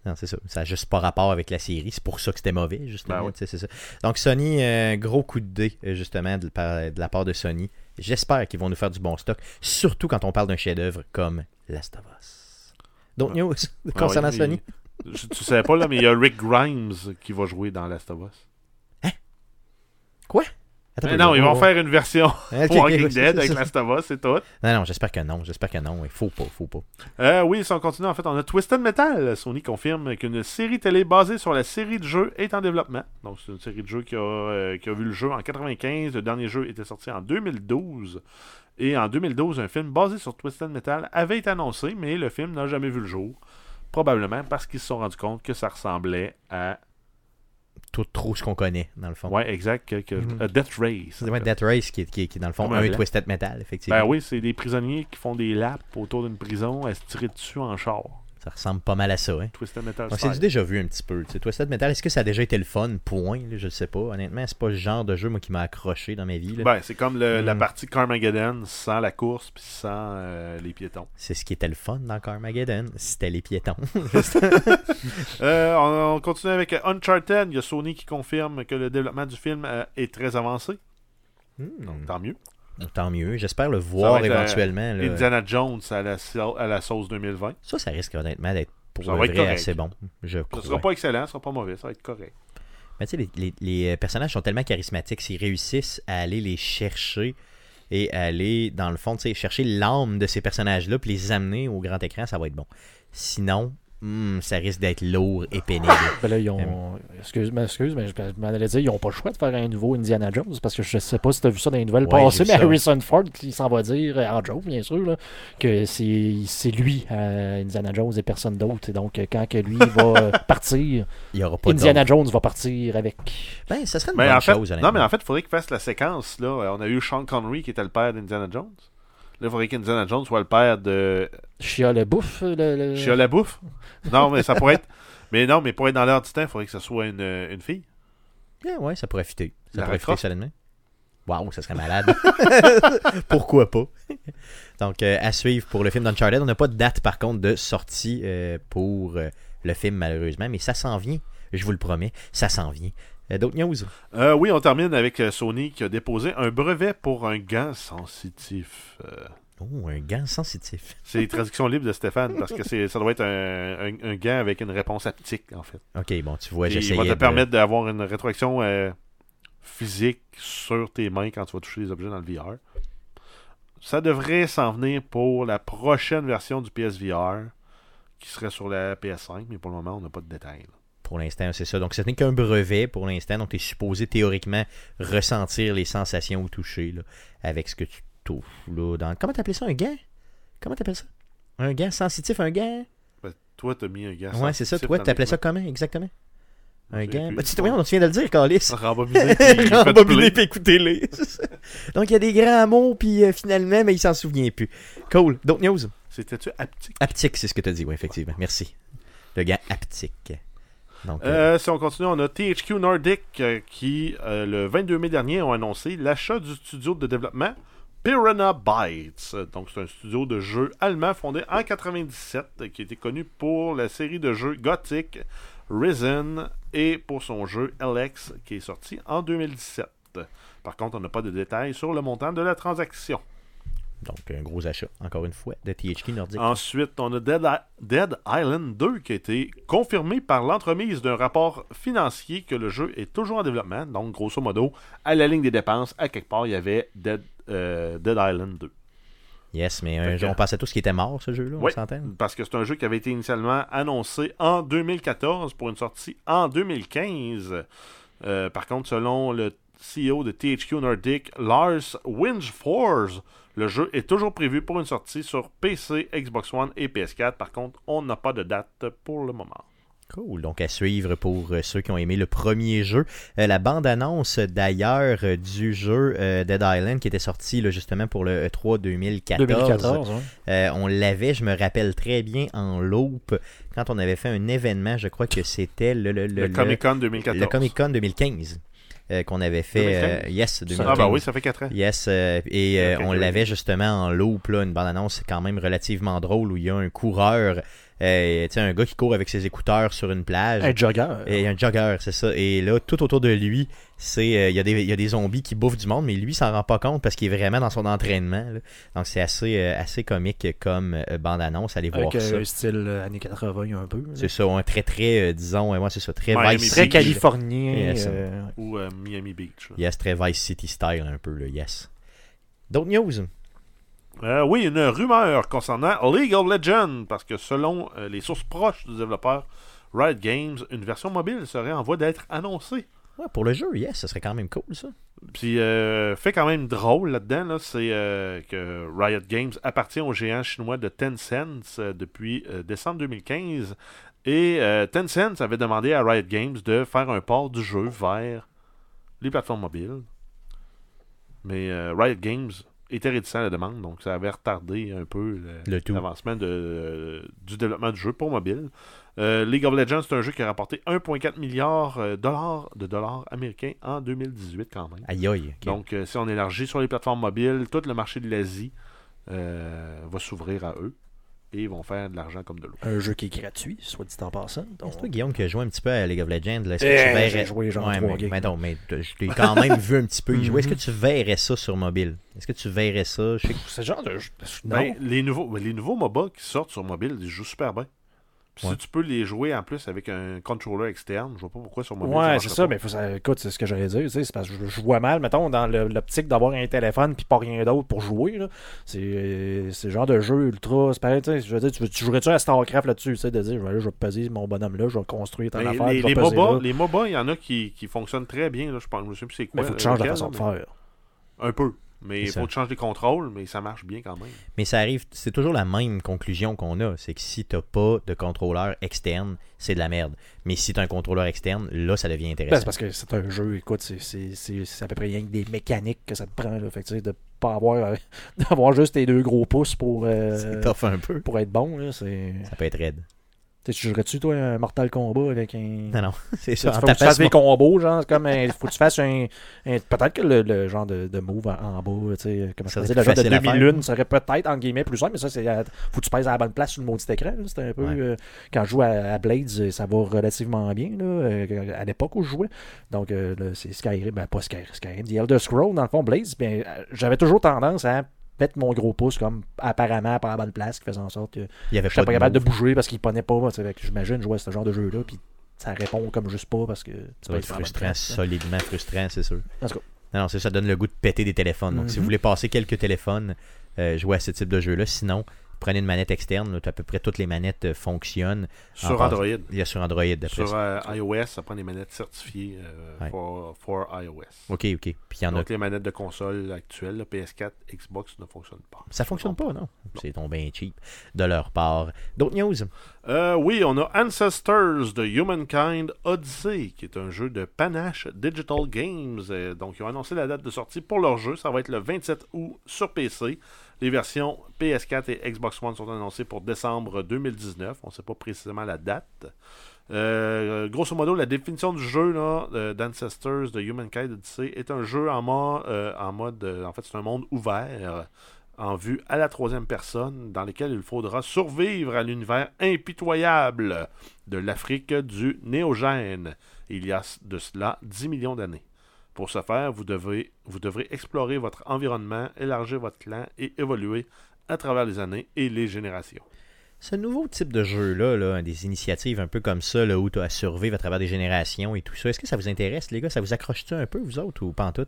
Non, c'est ça. Ça n'a juste pas rapport avec la série. C'est pour ça que c'était mauvais, justement. Ben oui. tu sais, c'est ça. Donc, Sony, euh, gros coup de dé, euh, justement, de, par- de la part de Sony. J'espère qu'ils vont nous faire du bon stock, surtout quand on parle d'un chef-d'œuvre comme Last of Us. D'autres Ouais. news concernant Ah oui, Sony il- je- tu savais pas, là, mais il y a Rick Grimes qui va jouer dans Last of Us. Attends, oh, Mais non, ils vont faire une version faire pour Walking Dead avec Last of Us, c'est tout. Non, non, j'espère que non. J'espère que non. Il faut pas, faut pas. Euh, oui, si on continue, en fait, on a Twisted Metal. Sony confirme qu'une série télé basée sur la série de jeux est en développement. Donc, c'est une série de jeux qui a, euh, qui a vu le jeu en 95. Le dernier jeu était sorti en 2012. Et en 2012, un film basé sur Twisted Metal avait été annoncé, mais le film n'a jamais vu le jour. Probablement parce qu'ils se sont rendus compte que ça ressemblait à. Tout trop ce qu'on connaît, dans le fond. Ouais, exact, que- que- Mhm. à Death Race. C'est ouais, Death Race qui est, qui est- qui est dans le fond Comme un un blanc. Twisted Metal, effectivement. Ben oui, c'est des prisonniers qui font des laps autour d'une prison à se tirer dessus en char. Ça ressemble pas mal à ça. Hein. Twisted Metal. On style. s'est déjà vu un petit peu. tu sais. Twisted Metal, est-ce que ça a déjà été le fun Point. là, je ne sais pas. Honnêtement, c'est pas le genre de jeu moi, qui m'a accroché dans ma vie. là. Ben, c'est comme le- la Mm. partie Carmageddon sans la course puis sans euh, les piétons. C'est ce qui était le fun dans Carmageddon. C'était les piétons. Euh, on, on continue avec euh, Uncharted. Il y a Sony qui confirme que le développement du film euh, est très avancé. Donc, Mm. tant mieux. Tant mieux. J'espère le Hmm. va voir être, euh, éventuellement. là. Indiana Jones à la, sau- à la sauce 2020. Ça, ça risque honnêtement d'être pour Ça le va être vrai correct. assez bon. Je Ce crois. sera pas excellent, ce sera pas mauvais, ça va être correct. Mais tu sais, les, les- les euh, personnages sont tellement charismatiques, s'ils réussissent à aller les chercher et à aller, dans le fond, tu sais, chercher l'âme de ces personnages-là, puis les amener au grand écran, ça va être bon. Sinon, hmm, ça risque d'être lourd et pénible. Ben là, ils ont. Excuse, mais excuse, mais je, je m'en allais dire, ils ont pas le choix de faire un nouveau Indiana Jones parce que je sais pas si t'as vu ça dans les nouvelles Ouais, passées, j'ai mais vu ça. Harrison Ford, qui s'en va dire euh, en joke, bien sûr, là, que c'est c'est lui, euh, Indiana Jones, et personne d'autre. Et donc, euh, quand que lui va euh, partir, Il n'y aura pas Indiana de Jones va partir avec. Ben, ça serait une Mais bonne en fait, chose, non, mais en honnêtement. fait, il faudrait qu'il fasse la séquence. Là. Euh, On a eu Sean Connery qui était le père d'Indiana Jones. Là, il faudrait qu'Indiana Jones soit le père de Chia le bouffe, le. le- Euh. Chia la bouffe. Non, mais ça pourrait être. Mais non, mais pour être dans l'air du temps, il faudrait que ce soit une, une fille. Eh, Ouais, ouais, ça pourrait fitter. Ça Lara pourrait fitter, Croft? solidement. Waouh, ça serait malade. Pourquoi pas? Donc, euh, à suivre pour le film d'Uncharted. On n'a pas de date, par contre, de sortie euh, pour euh, le film, malheureusement, mais ça s'en vient. Je vous le promets, ça s'en vient. Euh, D'autres news? Euh, oui, on termine avec euh, Sony qui a déposé un brevet pour un gant sensitif. Euh, Oh, un gant sensitif. c'est les traductions libres de Stéphane parce que c'est, ça doit être un, un- un gant avec une réponse haptique en fait. Ok, bon, tu vois, Et il j'essayais. va te de- permettre d'avoir une rétroaction euh, physique sur tes mains quand tu vas toucher les objets dans le VR. Ça devrait s'en venir pour la prochaine version du PSVR qui serait sur la PS5, mais pour le moment, on n'a pas de détails. Pour l'instant, c'est ça. Donc, ce n'est qu'un brevet pour l'instant. Donc, tu es supposé théoriquement ressentir les sensations au toucher là, avec ce que tu touches. Là, dans... Comment t'appelles ça un gant Comment t'appelles ça Un gant sensitif, un gant Ben, toi, t'as mis un gars. Ouais, c'est ça. sensitif Toi, dans t'appelais les ça comment exactement Un Je sais gant. plus. Bah, tu, te- voyons, tu viens de le dire, Calis. mains. Rembobiné, puis j'ai fait Rembobiner play. puis écoutez-les. Donc, il y a des grands mots, puis euh, finalement, mais il s'en souvient plus. Cool. D'autres news C'était-tu haptique? Aptique, c'est ce que tu as dit, oui, effectivement. Merci. Le gars aptique. Donc, euh, Euh, si on continue, on a THQ Nordic euh, qui, euh, le 22 mai dernier, ont annoncé l'achat du studio de développement Piranha Bytes. Donc, c'est un studio de jeux allemand fondé en 97 euh, qui était connu pour la série de jeux Gothic, Risen et pour son jeu LX qui est sorti en 2017. Par contre, on n'a pas de détails sur le montant de la transaction. donc, un gros achat, encore une fois, de THQ Ah. Nordic. Ensuite, on a Dead, I- Dead Island 2 qui a été confirmé par l'entremise d'un rapport financier que le jeu est toujours en développement. Donc, grosso modo, à la ligne des dépenses, à quelque part, il y avait Dead, euh, Dead Island 2. Yes, mais Fait un que- jour, on pensait tous qu'il était mort, ce jeu-là, Oui, on s'entend? parce que c'est un jeu qui avait été initialement annoncé en 2014 pour une sortie en 2015. Euh, par contre, selon le CEO de THQ Nordic, Lars Windforce, le jeu est toujours prévu pour une sortie sur PC, Xbox One et PS4. Par contre, on n'a pas de date pour le moment. Cool. Donc, à suivre pour euh, ceux qui ont aimé le premier jeu. Euh, la bande-annonce, euh, d'ailleurs, euh, du jeu euh, Dead Island qui était sorti là, justement pour le E E3 2014. 2014, ouais. Euh, on l'avait, je me rappelle très bien, en loop, quand on avait fait un événement, je crois que c'était le, le, Le, le- Comic Con le 2014. Comic Con 2015 euh, qu'on avait fait. euh, yes, 2015. Ah, bah oui, ça fait 4 ans. Yes, euh, et euh, Ah, Ok, on oui. l'avait justement en loop, là, une bande-annonce quand même relativement drôle où il y a un coureur, euh, tu sais, un gars qui court avec ses écouteurs sur une plage. Un jogger. Et un jogger, c'est ça. Et là, tout autour de lui, c'est euh, il y, a des- il y a des zombies qui bouffent du monde, mais lui s'en rend pas compte parce qu'il est vraiment dans son entraînement. là. Donc c'est assez, euh, assez comique comme euh, bande-annonce. Allez voir Avec ça. euh, style euh, années 80 un peu. là. C'est ça, un très très, euh, disons, euh, ouais, c'est ça, très Miami Vice Très City. californien. Yes. euh, Ou euh, Miami Beach. là. Yes, très Vice City style un peu, là, yes. D'autres news? Euh, oui, une rumeur concernant League of Legends, parce que selon euh, les sources proches du développeur Riot Games, une version mobile serait en voie d'être annoncée. Ouais, pour le jeu, yes, ça serait quand même cool ça. Puis, euh, fait quand même drôle là-dedans, là, c'est euh, que Riot Games appartient au géant chinois de Tencent euh, depuis euh, décembre 2015. Et euh, Tencent avait demandé à Riot Games de faire un port du jeu vers les plateformes mobiles. Mais euh, Riot Games était réticent à la demande, donc ça avait retardé un peu le- Le tout. l'avancement de, euh, du développement du jeu pour mobile. Euh, League of Legends, c'est un jeu qui a rapporté 1,4 milliard euh, dollars de dollars américains en 2018 quand même. Aïe aïe. ok. Donc, euh, si on élargit sur les plateformes mobiles, tout le marché de l'Asie euh, va s'ouvrir à eux et ils vont faire de l'argent comme de l'eau. Un jeu qui est gratuit, soit dit en passant. Donc, C'est toi, Guillaume, qui a joué un petit peu à League of Legends. là. Est-ce que Eh, tu verrais... j'ai joué genre Ouais, trois mais, games. mais non, mais t'as- je t'ai quand même vu un petit peu y jouer. Est-ce que tu verrais ça sur mobile? Est-ce que tu verrais ça? Je sais que- c'est le genre de jeu. Non. Ben, les, nouveaux, ben, les nouveaux MOBA qui sortent sur mobile, ils jouent super bien. Puis Ouais. Si tu peux les jouer en plus avec un contrôleur externe, je vois pas pourquoi sur mobile. ouais, marche c'est pas. ça. Mais faut, ça- écoute, c'est ce que j'allais dire. tu sais, C'est parce que je, je vois mal, mettons, dans le- l'optique d'avoir un téléphone puis pas rien d'autre pour jouer. là. C'est euh, c'est le genre de jeu ultra. C'est pareil, tu sais, je veux dire, tu, veux- tu jouerais-tu à StarCraft là-dessus, tu sais, de dire, je vais aller, je vais peser mon bonhomme-là, je vais construire ton Mais affaire. Ben, les, je vais les peser MOBA, là. les MOBA, il y en a qui, qui fonctionnent très bien. Là, je pense, je sais plus c'est quoi. Mais faut que tu euh, changes la lequel, façon de mais- faire. Un peu. Mais il C'est ça. faut que tu changes les contrôles, mais ça marche bien quand même. Ah, Mais ça arrive, c'est toujours la même conclusion qu'on a. C'est que si t'as pas de contrôleur externe, c'est de la merde. Mais si t'as un contrôleur externe, là, ça devient Ben, intéressant. c'est parce que c'est un jeu, écoute, c'est- c'est c'est- c'est à peu près rien que des mécaniques que ça te prend. Là. Fait que, tu sais, de pas avoir, d'avoir juste tes deux gros pouces pour, euh, C'est tough un peu. pour être bon, là, c'est. Ça peut être raide. Tu sais, tu jouerais-tu, toi, un Mortal Kombat avec un. Non, non, c'est Tu sais, ça. tu En faut que tu tapant fasses sur des mon- combos, genre, c'est comme un, faut que tu fasses un. un- peut-être que le, le genre de, de move en, en bas, tu sais, comme je Ça disais, serait plus le genre de facile à faire. demi-lune serait peut-être, en guillemets, plus simple, mais ça, c'est à- faut que tu pèses à la bonne place sur le maudit écran. là. C'était un peu. Ouais. euh, quand je joue à, à Blades, euh, ça va relativement bien, là, euh, à l'époque où je jouais. Donc, euh, là, c'est Skyrim, ben, pas Skyrim, Skyrim, The Elder Scrolls, dans le fond, Blades, ben, euh, j'avais toujours tendance à mettre mon gros pouce comme apparemment par la bonne place, qui faisait en sorte que Il y avait je n'étais pas pas de capable de move. bouger parce qu'il prenait pas. tu sais, fait que J'imagine jouer à ce genre de jeu-là, puis ça répond comme juste pas parce que Ça va être frustrant, ça. solidement frustrant, c'est sûr. En tout cas. Non, non, c'est ça, ça donne le goût de péter des téléphones. Donc, si Mhm. vous voulez passer quelques téléphones, euh, jouez à ce type de jeu-là. Sinon, Prenez une manette externe, là, à peu près toutes les manettes euh, fonctionnent. En Sur passe- Android. Il y a sur Android, d'après Sur ça. euh, iOS, ça prend des manettes certifiées euh, Ouais. for, for iOS. OK, OK. Puis il y en a... Donc les manettes de console actuelles, le PS4, Xbox ne fonctionnent pas. Ça fonctionne pas, non? C'est tombé cheap de leur part. D'autres news? Euh, oui, on a Ancestors de Humankind Odyssey, qui est un jeu de Panache Digital Games. Euh, donc, ils ont annoncé la date de sortie pour leur jeu. Ça va être le 27 août sur PC. Les versions PS4 et Xbox One sont annoncées pour décembre 2019. On ne sait pas précisément la date. Euh, grosso modo, la définition du jeu là, euh, d'Ancestors de Humankind Odyssey est un jeu en, mo- euh, en mode. euh, en fait, c'est un monde ouvert en vue à la troisième personne dans lequel il faudra survivre à l'univers impitoyable de l'Afrique du néogène il y a de cela 10 millions d'années. Pour ce faire, vous, devez, vous devrez explorer votre environnement, élargir votre clan et évoluer à travers les années et les générations. Ce nouveau type de jeu-là, là, des initiatives un peu comme ça, là, où tu as survivre à travers des générations et tout ça, est-ce que ça vous intéresse, les gars? Ça vous accroche-tu un peu, vous autres, ou pas en tout?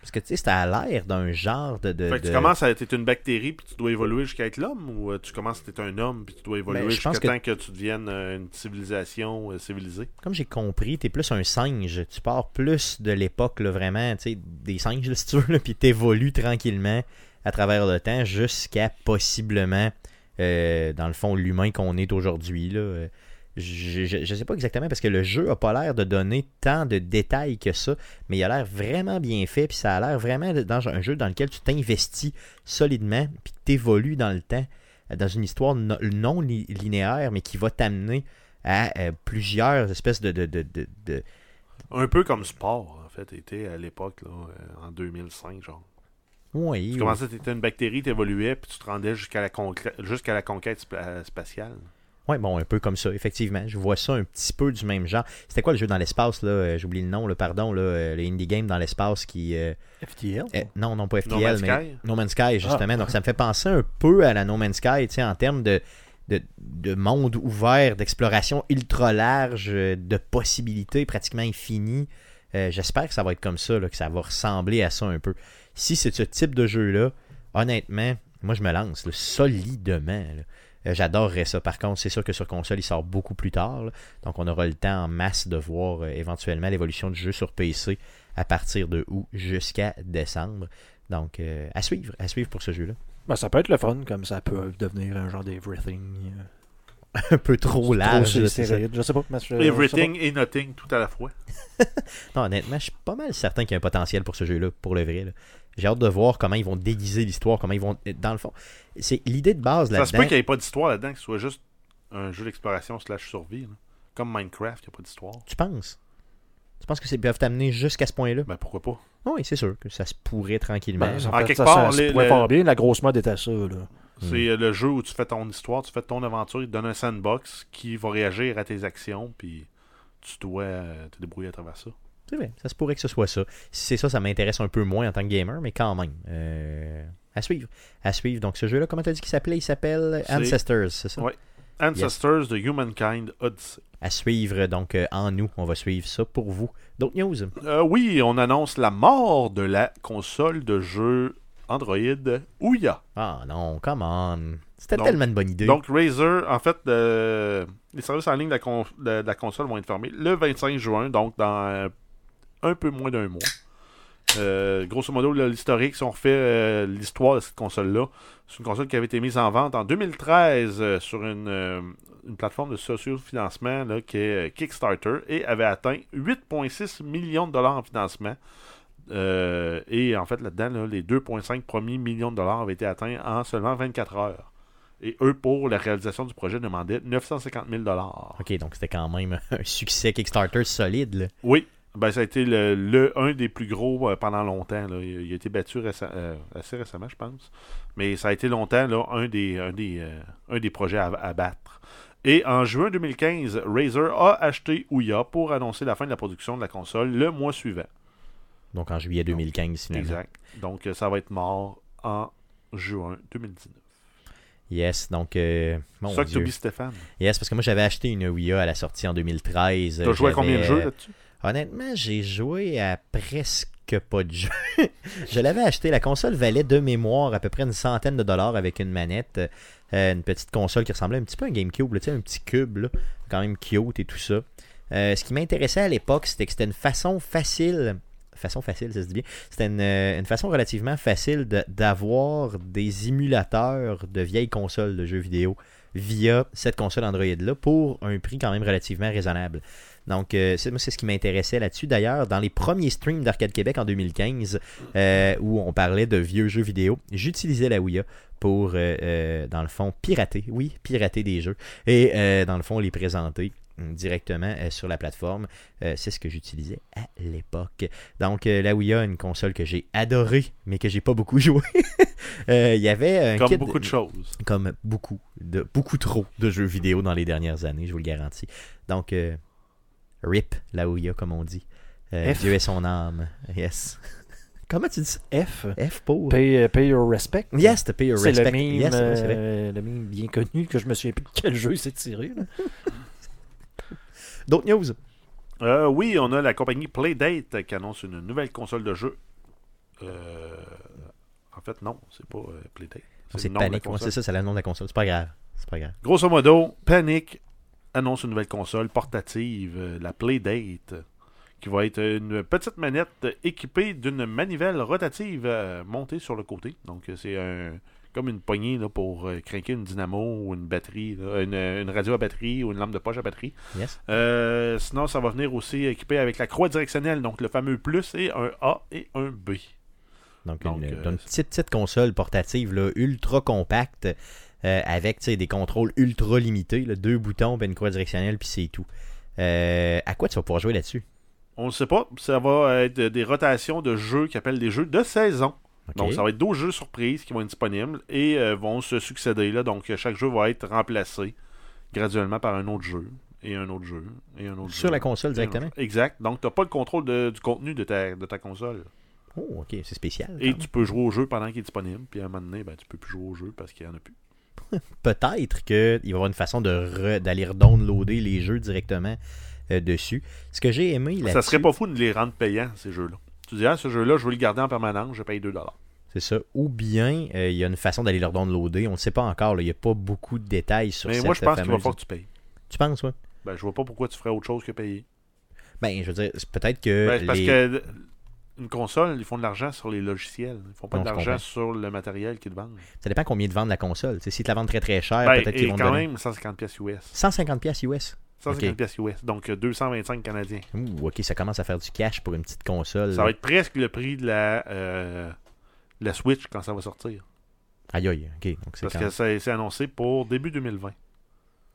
Parce que, tu sais, c'est à l'air d'un genre de... de- Fait que tu de- commences à être une bactérie puis tu dois évoluer jusqu'à être l'homme ou euh, tu commences à être un homme puis tu dois évoluer Ben, je jusqu'à pense que- temps que tu deviennes euh, une civilisation euh, civilisée. Comme j'ai compris, t'es plus un singe. Tu pars plus de l'époque, là, vraiment, tu sais, des singes, là, si tu veux, là, puis t'évolues tranquillement à travers le temps jusqu'à possiblement, euh, dans le fond, l'humain qu'on est aujourd'hui, là. Euh, Je, je, je sais pas exactement parce que le jeu a pas l'air de donner tant de détails que ça, mais il a l'air vraiment bien fait, puis ça a l'air vraiment de- dans un jeu dans lequel tu t'investis solidement, puis que t'évolues dans le temps, euh, dans une histoire no- non li- linéaire, mais qui va t'amener à euh, plusieurs espèces de, de, de, de- de- Un peu comme sport en fait était à l'époque là, euh, en 2005 genre. Oui, Tu oui. commençais, t'étais une bactérie, t'évoluais, puis tu te rendais jusqu'à la, concla- jusqu'à la conquête spa- spatiale. Ouais, bon, un peu comme ça, effectivement. Je vois ça un petit peu du même genre. C'était quoi le jeu dans l'espace, là Euh, J'oublie le nom, le pardon, là, euh, le indie game dans l'espace qui. euh, FTL. eh, non, non, pas FTL, No Man's mais. Sky? Ah. No Man's Sky, justement. Donc, ça me fait penser un peu à la No Man's Sky, tu sais, en termes de, de, de monde ouvert, d'exploration ultra large, euh, de possibilités pratiquement infinies. Euh, J'espère que ça va être comme ça, là, que ça va ressembler à ça un peu. Si c'est ce type de jeu-là, honnêtement, moi, je me lance là, solidement. là. Euh, J'adorerais ça. Par contre, c'est sûr que sur console, il sort beaucoup plus tard. là. Donc, on aura le temps en masse de voir euh, éventuellement l'évolution du jeu sur PC à partir de août jusqu'à décembre. Donc, euh, à suivre, à suivre pour ce jeu-là. Ben, ça peut être le fun, comme ça peut devenir un genre d'everything. euh, Un peu trop large. trop là, c'est ça. stéroïde, Je sais pas. mais je- je sais Everything et nothing tout à la fois. Non, honnêtement, je suis pas mal certain qu'il y a un potentiel pour ce jeu-là, pour le vrai. là. J'ai hâte de voir comment ils vont déguiser l'histoire, comment ils vont. euh, Dans le fond, c'est l'idée de base Ça se peut là-dedans. qu'il n'y ait pas d'histoire là-dedans, que ce soit juste un jeu d'exploration slash survie. là. Comme Minecraft, il n'y a pas d'histoire. Tu penses Tu penses que c'est peuvent t'amener jusqu'à ce point-là Ah Ben pourquoi pas? Oui, c'est sûr que ça se pourrait pas. tranquillement. Ben, ça, En fait- quelque ça, part, ça se les- pourrait le- fort bien. La grosse mode est à ça. Là. C'est euh, le jeu où tu fais ton histoire, tu fais ton aventure, il te donne un sandbox qui va réagir à tes actions, puis tu dois euh, te débrouiller à travers ça. C'est vrai, ça se pourrait que ce soit ça. Si c'est ça, ça m'intéresse un peu moins en tant que gamer, mais quand même. euh, à suivre. À suivre. Donc ce jeu-là, comment t'as dit qu'il s'appelait Il s'appelle C'est- Ancestors, c'est ça Ouais. Ancestors de Humankind Odyssey. À suivre, donc euh, en nous, on va suivre ça pour vous. D'autres news Euh, oui, on annonce la mort de la console de jeu Android Ouya. Ah non, come on. C'était Donc- tellement une bonne idée. Donc, Razer, en fait, euh, les services en ligne de la, con- de- de la console vont être fermés le 25 juin, donc dans euh, un peu moins d'un mois. Euh, grosso modo, là, l'historique, si on refait euh, l'histoire de cette console-là, c'est une console qui avait été mise en vente en 2013 euh, sur une, euh, une plateforme de socio-financement là, qui est euh, Kickstarter et avait atteint 8,6 millions de dollars en financement. Euh, et en fait, là-dedans, là, les 2,5 premiers millions de dollars avaient été atteints en seulement 24 heures. Et eux, pour la réalisation du projet, demandaient 950 000 Ok, donc c'était quand même un succès Kickstarter solide. là. Oui, ben, ça a été le, le- un des plus gros euh, pendant longtemps. là. Il, il a été battu réce- euh, assez récemment, je pense. Mais ça a été longtemps là, un, des, un, des, euh, un des projets à, à battre. Et en juin 2015, Razer a acheté Ouya pour annoncer la fin de la production de la console le mois suivant. Donc en juillet 2015 finalement. Exact. Donc euh, ça va être mort en juin 2019. Yes, donc euh, mon ça que Dieu. t'oublies Stéphane. Yes, parce que moi j'avais acheté une Wii A à la sortie en 2013. T'as joué à combien de Euh, J'avais- euh, jeux là-dessus Honnêtement, j'ai joué à presque pas de jeu. je l'avais acheté. La console valait de mémoire à peu près une centaine de dollars avec une manette. euh, une petite console qui ressemblait un petit peu à un GameCube, là, tu sais, un petit cube, là, quand même cute et tout ça. Euh, ce qui m'intéressait à l'époque, c'était que c'était une façon facile. Façon facile, ça se dit bien. C'était une, euh, une façon relativement facile de- d'avoir des émulateurs de vieilles consoles de jeux vidéo via cette console Android-là pour un prix quand même relativement raisonnable. Donc, euh, c'est, moi, c'est ce qui m'intéressait là-dessus. D'ailleurs, dans les premiers streams d'Arcade Québec en 2015, euh, où on parlait de vieux jeux vidéo, j'utilisais la Ouya pour, euh, euh, dans le fond, pirater, oui, pirater des jeux, et euh, dans le fond, les présenter hum, directement euh, sur la plateforme. Euh, c'est ce que j'utilisais à l'époque. Donc, euh, la Ouya, une console que j'ai adorée, mais que j'ai pas beaucoup joué. Euh, Il y avait un Comme kit- beaucoup de choses. comme beaucoup, de, beaucoup trop de jeux vidéo dans les dernières années, je vous le garantis. Donc, euh, RIP, là où il y a, comme on dit. Euh, F. Dieu est son âme. Yes. Comment tu dis ça? F. F pour. Pay, euh, pay your respect. Yes, to pay your C'est respect. le mime, yes, oui, c'est vrai. euh, le mime bien connu que je me souviens plus de quel jeu c'est tiré. là. D'autres news? Euh, oui, on a la compagnie Playdate qui annonce une nouvelle console de jeu. Euh, en fait, non, c'est pas euh, Playdate. On C'est s'est le nom de la panique. Ouais, console. Ah, c'est ça, c'est le nom de la console. C'est pas grave. C'est pas grave. Grosso modo, Panic annonce une nouvelle console portative, euh, la Playdate, qui va être une petite manette équipée d'une manivelle rotative euh, montée sur le côté. Donc, euh, c'est un- comme une poignée là, pour euh, craquer une dynamo ou une batterie, là, une, une radio à batterie ou une lampe de poche à batterie. Yes. Euh, sinon, ça va venir aussi équipé avec la croix directionnelle, donc le fameux plus et un A et un B. Donc, Donc, une, euh, une petite, petite console portative, là, ultra compacte, euh, avec tu sais, des contrôles ultra limités. là, deux boutons, ben une croix directionnelle, puis c'est tout. Euh, à quoi tu vas pouvoir jouer là-dessus? On ne sait pas, ça va être des rotations de jeux qui appellent des jeux de saison. Ok. Donc, ça va être 12 jeux surprises qui vont être disponibles et euh, vont se succéder. Là. Donc, euh, chaque jeu va être remplacé graduellement par un autre jeu et un autre jeu et un autre jeu. Sur la console et un autre directement? jeu. Exact. Donc, tu n'as pas le contrôle de- du contenu de ta, de ta console. Oh, ok, c'est spécial. Et quand tu peux jouer au jeu pendant qu'il est disponible. Puis à un moment donné, ben, tu peux plus jouer au jeu parce qu'il n'y en a plus. peut-être qu'il va y avoir une façon de re- d'aller downloader les jeux directement euh, dessus. Ce que j'ai aimé là Ça serait pas fou de les rendre payants, ces jeux-là. Tu dis, ah, ce jeu-là, je veux le garder en permanence, je paye 2$. c'est ça. Ou bien euh, il y a une façon d'aller leur downloader. On ne sait pas encore. là. Il n'y a pas beaucoup de détails sur Mais cette moi, je pense qu'il va fameuse- falloir que tu payes. Tu penses, ouais? Ben, je vois pas pourquoi tu ferais autre chose que payer. Ben, je veux dire, c'est peut-être que. Ben, c'est parce les- que une console, ils font de l'argent sur les logiciels. Ils font pas Non, de je l'argent comprends. sur le matériel qu'ils te vendent. Ça dépend combien de vendent la console. Tu sais, si te la vendent très très cher, Ben, Ah, peut-être et qu'ils vont te quand donner même 150 pièces US. 150 pièces US. 150 Ok. pièces US, donc euh, 225 canadiens. Ouh, ok, ça commence à faire du cash pour une petite console. Ça va être presque le prix de la, euh, de la Switch quand ça va sortir. Aïe aïe, ok. Donc c'est Parce quand que c'est c'est annoncé pour début 2020.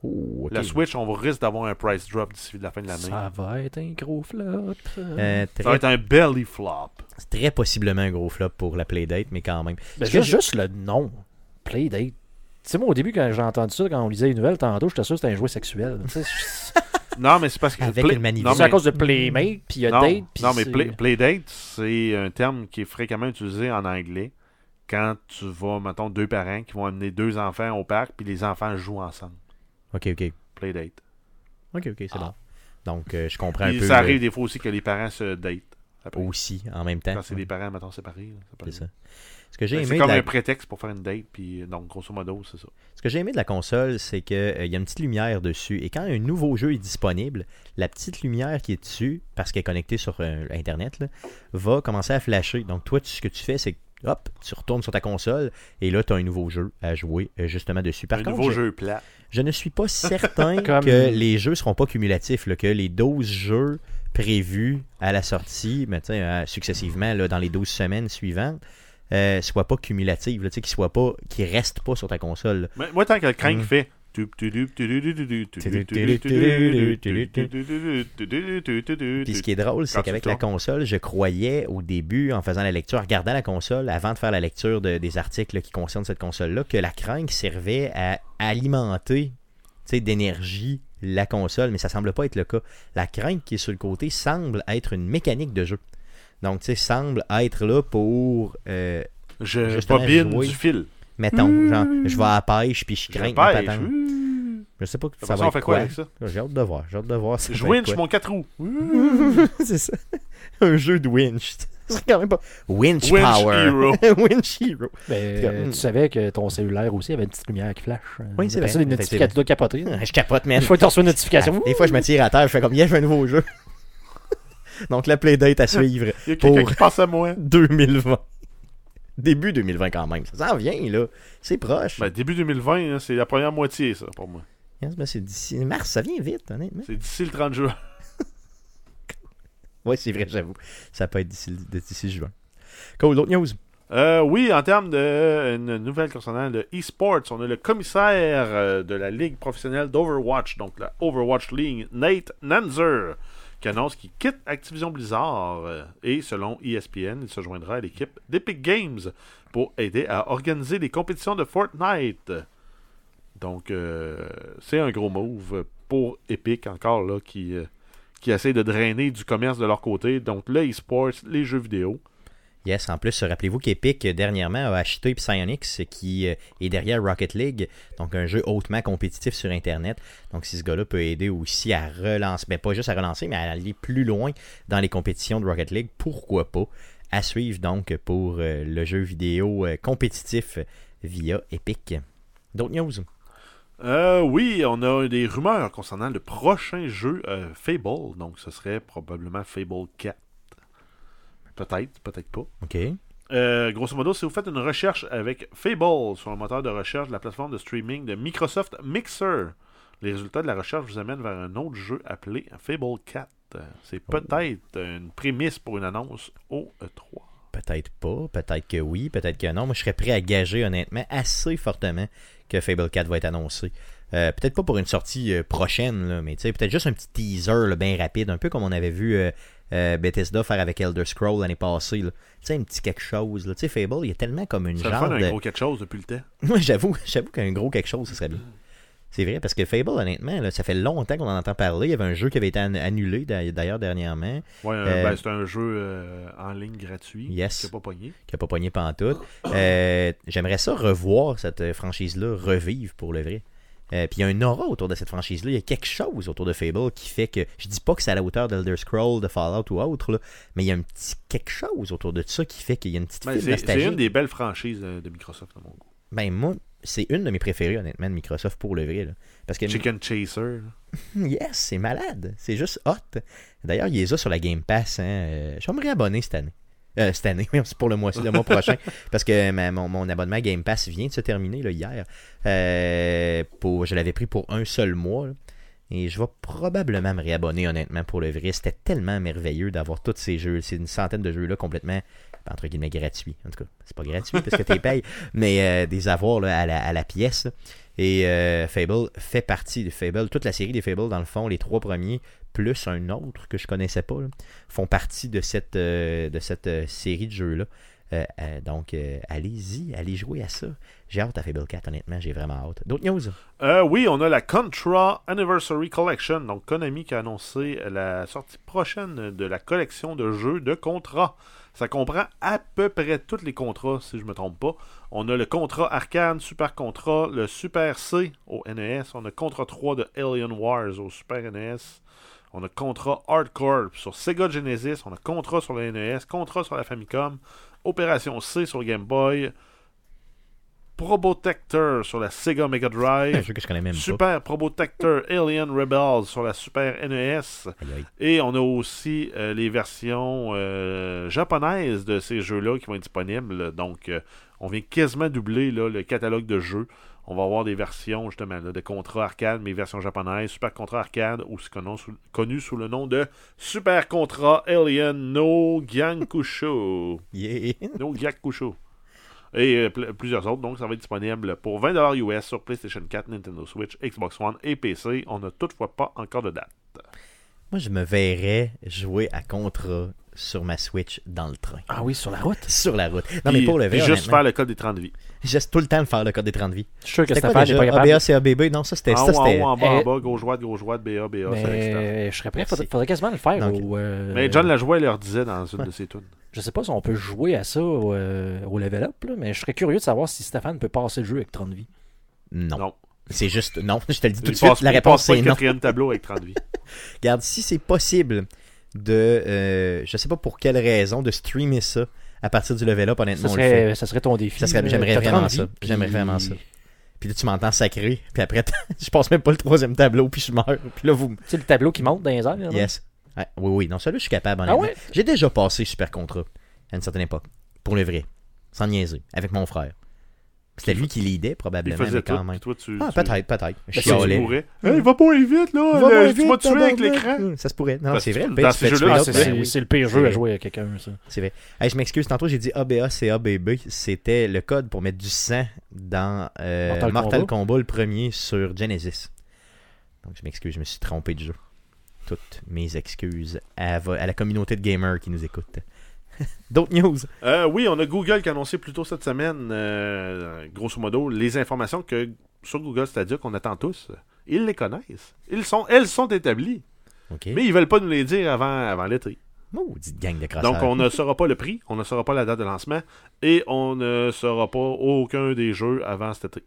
Ouh, ok. La Switch, on va- risque d'avoir un price drop d'ici la fin de l'année. Ça Ça, va être un gros flop. Euh, très, va être un belly flop. très possiblement un gros flop pour la Playdate, mais quand même. Ben, Ce que juste, j'ai- juste le nom. Playdate. Tu sais, moi, au début, quand j'ai entendu ça, quand on lisait les nouvelles tantôt, j'étais sûr que c'était un jouet sexuel. Tu sais, je- Non, mais c'est parce que. Avec une manivelle. non, c'est à mais, cause de Playmate, puis il y a non, Date, puis non, mais c'est- Ben, play- Playdate, c'est un terme qui est fréquemment utilisé en anglais quand tu vas, mettons, deux parents qui vont amener deux enfants au parc, puis les enfants jouent ensemble. Ok, ok. Playdate. Ok, ok, c'est Ah. bon. Donc, euh, je comprends un Puis peu. ça le- arrive des fois aussi que les parents se datent. après. aussi en même temps. Quand c'est des parents, mettons, séparés. là, ça peut C'est arriver. ça. Ce que j'ai Fait que C'est aimé, de comme la... un prétexte pour faire une date, puis euh, donc, grosso modo, c'est ça. ce que j'ai aimé de la console, c'est qu'il y a une petite lumière dessus. Et quand un nouveau jeu est disponible, la petite lumière qui est dessus, parce qu'elle est connectée sur euh, Internet, là, va commencer à flasher. Donc, toi, tu- ce que tu fais, c'est que, hop, tu retournes sur ta console et là, tu as un nouveau jeu à jouer euh, justement dessus. Par un contre, nouveau je- jeu plat. Je ne suis pas certain Comme- que les jeux seront pas cumulatifs, là, que les 12 jeux prévus à la sortie, mais, tu sais, euh, successivement là, dans les 12 semaines suivantes, euh, soient pas cumulatifs, là, tu sais, qu'ils soient pas, qu'ils restent pas sur ta console. là. Mais moi, tant que le crank Mm. fait. Puis Puis ce qui est drôle, c'est Quand tu qu'avec la tournes. console, je croyais au début, en faisant la lecture, en regardant la console, avant de faire la lecture de- des articles là, qui concernent cette console-là, que la crank servait à alimenter tu sais, d'énergie la console, mais ça semble pas être le cas. La crank qui est sur le côté semble être une mécanique de jeu. Donc, tu sais, semble être là pour, euh, Je Justement, bobine jouer. du fil. mettons, genre, je vais à la pêche, puis je Hmm. Je crains pêche. ma patente. Ouh. Je sais pas que De ça façon, va on être fait quoi. quoi avec ça J'ai hâte de voir. J'ai hâte de voir. ça Je va être winch quoi. mon 4 roues. C'est ça. Un jeu de winch. C'est quand même pas. Winch, Winch Power. Hero. winch Hero. Ben, Puis, hum. tu savais que ton cellulaire aussi avait une petite lumière qui flash. Oui, c'est T'appelles ça vrai, des notifications. Tu dois capoter. Ah, Je capote, man. Une fois que tu reçois une notification, Des fois, je me tire à terre, je fais comme, yeah, je veux un nouveau jeu. Donc, la Playdate à suivre Il y a quelqu'un Pour- qui passe à moi. 2020. Début 2020 quand même. Ça s'en vient, là. C'est proche. Ben, début 2020, hein, c'est la première moitié, ça, pour moi. Yes, ben, c'est d'ici mars, ça vient vite, honnêtement. C'est d'ici le 30 juin. Oui, c'est vrai, j'avoue. Ça peut être d'ici d'ici juin. Cool, d'autres news. Euh, oui, en termes de euh, une nouvelle concernant le e-sports, on a le commissaire euh, de la Ligue professionnelle d'Overwatch, donc la Overwatch League, Nate Nanzer, qui annonce qu'il quitte Activision Blizzard euh, et, selon ESPN, il se joindra à l'équipe d'Epic Games pour aider à organiser les compétitions de Fortnite. Donc, euh, c'est un gros move pour Epic, encore là, qui, euh, qui essaie de drainer du commerce de leur côté, donc le e-sports, les jeux vidéo. Yes, en plus, rappelez-vous qu'Epic, euh, dernièrement, a acheté Psyonix, qui euh, est derrière Rocket League, donc un jeu hautement compétitif sur Internet. Donc, si ce gars-là peut aider aussi à relancer, ben pas juste à relancer, mais à aller plus loin dans les compétitions de Rocket League, pourquoi pas À suivre donc pour euh, le jeu vidéo euh, compétitif via Epic. D'autres news Euh, oui, on a des rumeurs concernant le prochain jeu euh, Fable. Donc, ce serait probablement Fable 4. Peut-être, peut-être pas. Ok. Euh, grosso modo, si vous faites une recherche avec Fable sur le moteur de recherche de la plateforme de streaming de Microsoft Mixer, les résultats de la recherche vous amènent vers un autre jeu appelé Fable 4. Euh, C'est Oh. peut-être une prémisse pour une annonce au E E3. Peut-être pas, peut-être que oui, peut-être que non. Moi, je serais prêt à gager, honnêtement, assez fortement que Fable 4 va être annoncé. Euh, peut-être pas pour une sortie euh, prochaine, là, mais tu sais, peut-être juste un petit teaser là, bien rapide, un peu comme on avait vu euh, euh, Bethesda faire avec Elder Scrolls l'année passée. là. Tu sais, un petit quelque chose. là. Tu sais, Fable, il y a tellement comme une Ça genre fait de- un gros quelque chose depuis le temps. moi, j'avoue, j'avoue qu'un gros quelque chose, ce serait bien. C'est vrai, parce que Fable, honnêtement, là, ça fait longtemps qu'on en entend parler. Il y avait un jeu qui avait été an- annulé d'a- d'ailleurs dernièrement, Ouais, euh, Euh, ben, c'est un jeu euh, en ligne gratuit. Yes. qui a pas pogné. qui n'a pas pogné pantoute. Euh, J'aimerais ça revoir cette euh, franchise-là revivre pour le vrai. Euh, Puis il y a un aura autour de cette franchise-là. Il y a quelque chose autour de Fable qui fait que. Je dis pas que c'est à la hauteur d'Elder Scroll, de Fallout ou autre, là, mais il y a un petit quelque chose autour de ça qui fait qu'il y a une petite Ben, fibre c'est- c'est nostalgique. une des belles franchises euh, de Microsoft, à mon goût. Ben moi, c'est une de mes préférées, honnêtement, de Microsoft pour le vrai. là. Parce que Chicken Chaser. là. Hmm, Yes, c'est malade. C'est juste hot. D'ailleurs, il est là sur la Game Pass. Hein. Euh, Je vais me réabonner cette année. Euh, cette année, oui, c'est pour le mois, le mois prochain. Parce que ma- mon, mon abonnement à Game Pass vient de se terminer là, hier. Euh, pour, je l'avais pris pour un seul mois. là. Et je vais probablement me réabonner, honnêtement, pour le vrai. C'était tellement merveilleux d'avoir tous ces jeux. C'est une centaine de jeux-là complètement, ben, entre guillemets, gratuits. En tout cas, c'est pas gratuit parce que t'es payes, mais euh, des avoirs là, à, la, à la pièce. là. Et euh, Fable fait partie de Fable. Toute la série des Fable, dans le fond, les trois premiers, plus un autre que je connaissais pas, là, font partie de cette, euh, de cette euh, série de jeux-là. Euh, euh, donc, euh, allez-y, allez jouer à ça. J'ai hâte à Fable 4, honnêtement, j'ai vraiment hâte. D'autres news Euh, oui, on a la Contra Anniversary Collection. Donc, Konami qui a annoncé la sortie prochaine de la collection de jeux de Contra. Ça comprend à peu près tous les contrats, si je me trompe pas. On a le Contra Arcane, Super Contra, le Super C au NES. On a Contra 3 de Alien Wars au Super NES. On a Contra Hardcore sur Sega Genesis. On a Contra sur le NES. Contra sur la Famicom. Opération C sur Game Boy. Probotector sur la Sega Mega Un Drive. jeu que je connais même pas. Super Probotector Alien Rebels sur la Super NES. Aïe, aïe. Et on a aussi euh, les versions euh, japonaises de ces jeux-là qui vont être disponibles. Donc, euh, on vient quasiment doubler là, le catalogue de jeux. On va avoir des versions, justement, là, de contrats arcade, mais versions japonaises, Super Contrat Arcade, aussi connu sous, connu sous le nom de Super Contrat Alien No Gyankusho. Yeah. No Gyakusho. Et euh, pl- plusieurs autres, donc ça va être disponible pour 20$ US sur PlayStation 4, Nintendo Switch, Xbox One et PC. On n'a toutefois pas encore de date. Moi, je me verrais jouer à Contra sur ma Switch dans le train. Ah oui, sur la route. Sur la route. Non, mais Puis- pour le puis vrai, juste honnêtement, faire le code des 30 vies. juste tout le temps de faire le code des 30 vies. Je suis sûr que cette C'était affaire quoi n'est pas déjà capable. ABA, CABB Non, ça c'était. En ça, haut, en c'était- euh, haut, en bas, en Eh. bas, gauche, droite, gauche, droite, BA, BA, Ah, c'est extra. Mais Ah, ben, euh, je serais prêt, faudrait, Merci. faudrait quasiment le faire. Donc- au, euh, Mais John Lajoie leur disait dans une de ses tunes. Je sais pas si on peut jouer à ça au, euh, au level up, là, mais je serais curieux de savoir si Stéphane peut passer le jeu avec 30 vies. Non. Non. C'est juste non, je te le dis tout Il de suite, passe- la il réponse passe pas c'est le non. quatrième tableau avec 30 vies. Regarde, si c'est possible de, euh, je sais pas pour quelle raison, de streamer ça à partir du level up, honnêtement, Ça on le fait. serait, ça serait ton défi. Ça serait- là. j'aimerais T'as vraiment 30 vies, ça. puis- J'aimerais vraiment ça. Puis là, tu m'entends sacré, puis après, je passe même pas le troisième tableau, puis je meurs. Puis là, vous. Tu sais, le tableau qui monte dans les airs. là, non? Yes. Ouais, oui, oui, non, celui-là, je suis capable, Ah honnêtement. ouais? J'ai déjà passé super contrat à une certaine époque, pour le vrai, sans niaiser, avec mon frère. C'était lui qui l'aidait, Il probablement, mais faisait tout, quand même. puis toi, tu... Ben, Ah, tu- peut-être, peut-être. Je tu- tu chialais. mourais. Hey, Eh, va pas aller vite, là! Va là, moins tu m'as vite, tué avec tabarnak. l'écran! Hum, Ça se pourrait. Non, Parce c'est que vrai. dans le pire, tu ces fais tuer jeux-là, Ah, l'autre, c'est ben c'est- oui. c'est le pire jeu à jouer à quelqu'un, ça. C'est vrai. Hey, je m'excuse, tantôt j'ai dit ABA, CABB. C'était le code pour mettre du sang dans euh, Mortal Mortal, Kombat. le premier sur Genesis. Donc je m'excuse, je me suis trompé de jeu. Toutes mes excuses à, vo- à la communauté de gamers qui nous écoute. D'autres news. Euh, oui, on a Google qui a annoncé plus tôt cette semaine, euh, grosso modo, les informations que sur Google Stadia qu'on attend tous. Ils les connaissent. Ils sont, elles sont établies. OK. Mais ils veulent pas nous les dire avant, avant l'été. Maudite gang de crasseurs. Donc, on ne saura pas le prix, on ne saura pas la date de lancement et on ne saura pas aucun des jeux avant cet été.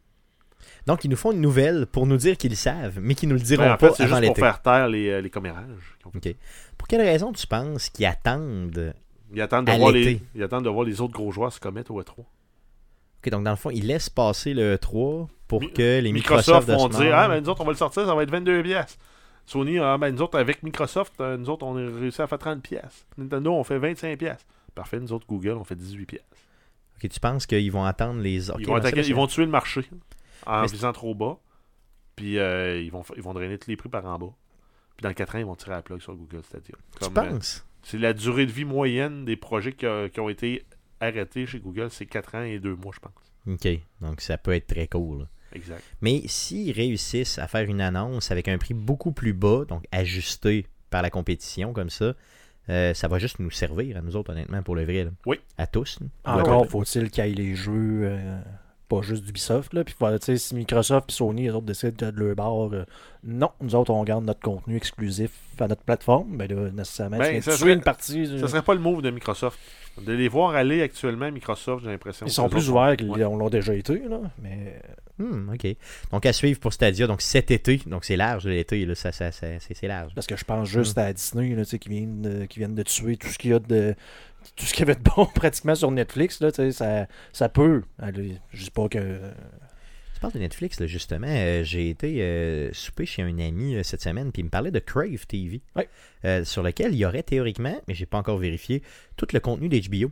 Donc, ils nous font une nouvelle pour nous dire qu'ils savent, mais qu'ils nous le diront Ben, en pas fait, c'est avant juste pour l'été. faire taire les, euh, les commérages. OK. Pour quelle raison tu penses qu'ils attendent Ils attendent, de À voir les, l'été. ils attendent de voir les autres gros joueurs se commettre au E E3. OK, donc dans le fond, ils laissent passer le 3 pour Mi- que les Microsoft, Microsoft, de vont ce dire monde- Ah, ben nous autres, on va le sortir, ça va être 22 pièces. Sony, ah, ben nous autres, avec Microsoft, euh, nous autres, on a réussi à faire 30 pièces. Nintendo, on fait 25 pièces. Parfait, nous autres, Google, on fait 18 pièces. Ok, tu penses qu'ils vont attendre les ils, Ok, vont ben ça, attaquer- c'est- ils vont tuer le marché en Mais c'est- visant trop bas. Puis euh, ils, vont, fa- ils vont drainer tous les prix par en bas. Puis dans le 4 ans, ils vont tirer à la plug sur Google Stadia. Tu Comme, euh, penses C'est la durée de vie moyenne des projets qui, a- qui ont été arrêtés chez Google, c'est 4 ans et 2 mois, je pense. Ok, donc ça peut être très cool. Exact. Mais s'ils réussissent à faire une annonce avec un prix beaucoup plus bas, donc ajusté par la compétition comme ça, euh, ça va juste nous servir à nous autres, honnêtement, pour le vrai. là. Oui. À tous. là. Ah, Encore faut-il qu'il y ait les jeux, euh, pas juste d'Ubisoft. Là. Puis, faut- tu sais, si Microsoft et Sony, les autres décident de leur bord, euh, non, nous autres, on garde notre contenu exclusif à notre plateforme. Ben là, nécessairement, Ben, tu viens de ça tuer serait- une partie. euh, Ce serait pas le move de Microsoft. De les voir aller actuellement, Microsoft, j'ai l'impression. Ils que sont les plus autres- ouverts qu'on Ouais. l'ont déjà été. Là. Mais Hmm, ok. Donc à suivre pour Stadia, donc cet été. Donc c'est large l'été, là, ça, ça, ça- c'est c'est large. Parce que je pense juste à Disney là, tu sais, qui, viennent de, qui viennent de tuer tout ce qu'il y a de. Tout ce qu'il y avait de bon pratiquement sur Netflix, là, tu sais, ça, ça peut. aller- Je dis pas que. Tu parles de Netflix, là, justement. euh, j'ai été euh, souper chez un ami euh, cette semaine, puis il me parlait de Crave TV, Ouais. euh, sur lequel il y aurait théoriquement, mais j'ai pas encore vérifié, tout le contenu d'HBO.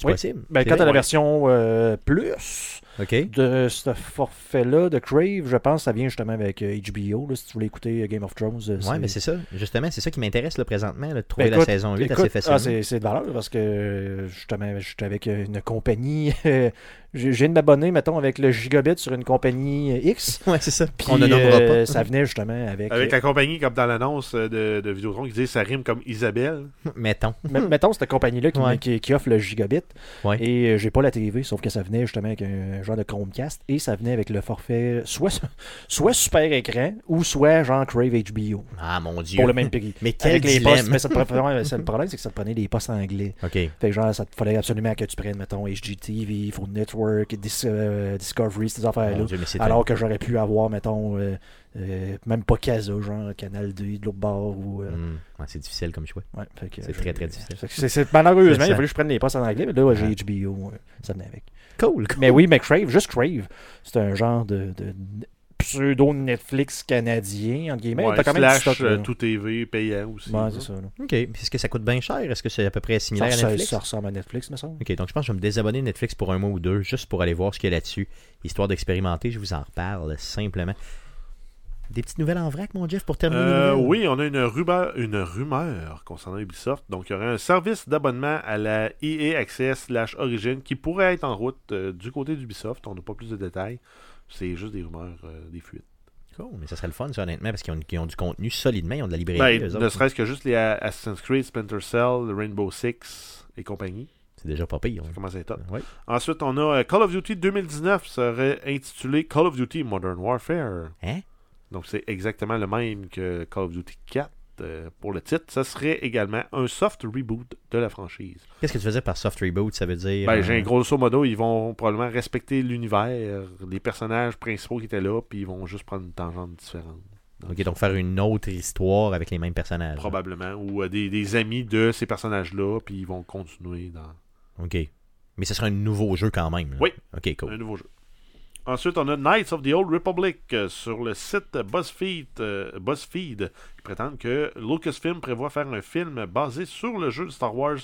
C'est Oui. possible. Ben, C'est quand à la vrai? version euh, plus Ok. de ce forfait-là, de Crave, je pense que ça vient justement avec euh, HBO. là, si tu voulais écouter euh, Game of Thrones, euh, Ouais, mais c'est ça. Justement, c'est ça qui m'intéresse là, présentement, là, de trouver Ben, la écoute, saison 8 Écoute, assez ah, facilement. c'est c'est de valeur parce que euh, justement, je suis avec une compagnie. euh, je je viens de m'abonner, mettons, avec le gigabit sur une compagnie euh, X. ouais, c'est ça. Puis, On ne nommera euh, pas. ça venait justement avec. euh, Avec la compagnie, comme dans l'annonce euh, de, de Vidéotron, qui dit ça rime comme Isabelle. Mettons. M- Mettons cette compagnie-là qui, Hmm. Ouais. qui- qui offre le gigabit. Ouais. Et euh, j'ai pas la TV, sauf que ça venait justement avec un genre de Chromecast. Et ça venait avec le forfait soit, soit super écran ou soit genre Crave HBO Ah mon dieu. pour le même prix. Mais quel Avec les dilemme. postes, mais ça te prenait- ouais, ça- le problème, c'est que ça te prenait des postes anglais. Ok. Fait que genre, ça te fallait absolument que tu prennes, mettons, HGTV, Food Network, Dis- euh, Discovery, ces affaires-là. Mon Dieu, mais c'est Alors que j'aurais pu avoir, mettons, euh, euh, même pas Casa, genre Canal 2 de l'autre bord. Ou, euh, Hmm. Ouais, c'est difficile comme choix. ouais, fait que C'est je- très, très difficile. fait que c'est- c'est- malheureusement, il C'est a ça. fallu que je prenne les postes en anglais, mais là, ouais, j'ai Ouais. HBO, euh, ça venait avec. Cool. cool. Mais oui, mais Crave, juste Crave, c'est un genre de, de pseudo-Netflix canadien, entre guillemets. Ouais, T'as quand même du slash stock, là. euh, tout TV payant aussi. Ouais, là. c'est ça. là. Ok. Est-ce que ça coûte bien cher Est-ce que c'est à peu près Ça, similaire à ressemble- Netflix ça ressemble à Netflix, me semble. Ok, donc je pense que je vais me désabonner de Netflix pour un mois ou deux, juste pour aller voir ce qu'il y a là-dessus, histoire d'expérimenter. Je vous en reparle simplement. Des petites nouvelles en vrac, mon Jeff, pour terminer. les Euh, nouvelles? oui, on a une rumeur, une rumeur concernant Ubisoft. Donc, il y aurait un service d'abonnement à la EA Access slash Origin qui pourrait être en route euh, du côté d'Ubisoft. On n'a pas plus de détails. C'est juste des rumeurs, euh, des fuites. Cool, mais ça serait le fun, ça, honnêtement, parce qu'ils ont, qu'ils ont du contenu solidement, ils ont de la librairie. Ben, eux ne autres. serait-ce que juste les euh, Assassin's Creed, Splinter Cell, Rainbow Six et compagnie. C'est déjà pas pire. Ça commence à être top. Ouais. Ensuite, on a euh, Call of Duty 2019 serait intitulé Call of Duty Modern Warfare. Hein? Donc, c'est exactement le même que Call of Duty 4. euh, pour le titre, ce serait également un soft reboot de la franchise. Qu'est-ce que tu faisais par soft reboot Ça veut dire. Ben, euh, j'ai- grosso modo, ils vont probablement respecter l'univers, les personnages principaux qui étaient là, puis ils vont juste prendre une tangente différente. Ok, donc faire une autre histoire avec les mêmes personnages. Probablement. Ou euh, des, des amis de ces personnages-là, puis ils vont continuer dans Ok. Mais ce sera un nouveau jeu quand même. là. Oui. Ok, cool. un nouveau jeu. Ensuite, on a Knights of the Old Republic euh, sur le site BuzzFeed, euh, BuzzFeed qui prétendent que Lucasfilm prévoit faire un film basé sur le jeu de Star Wars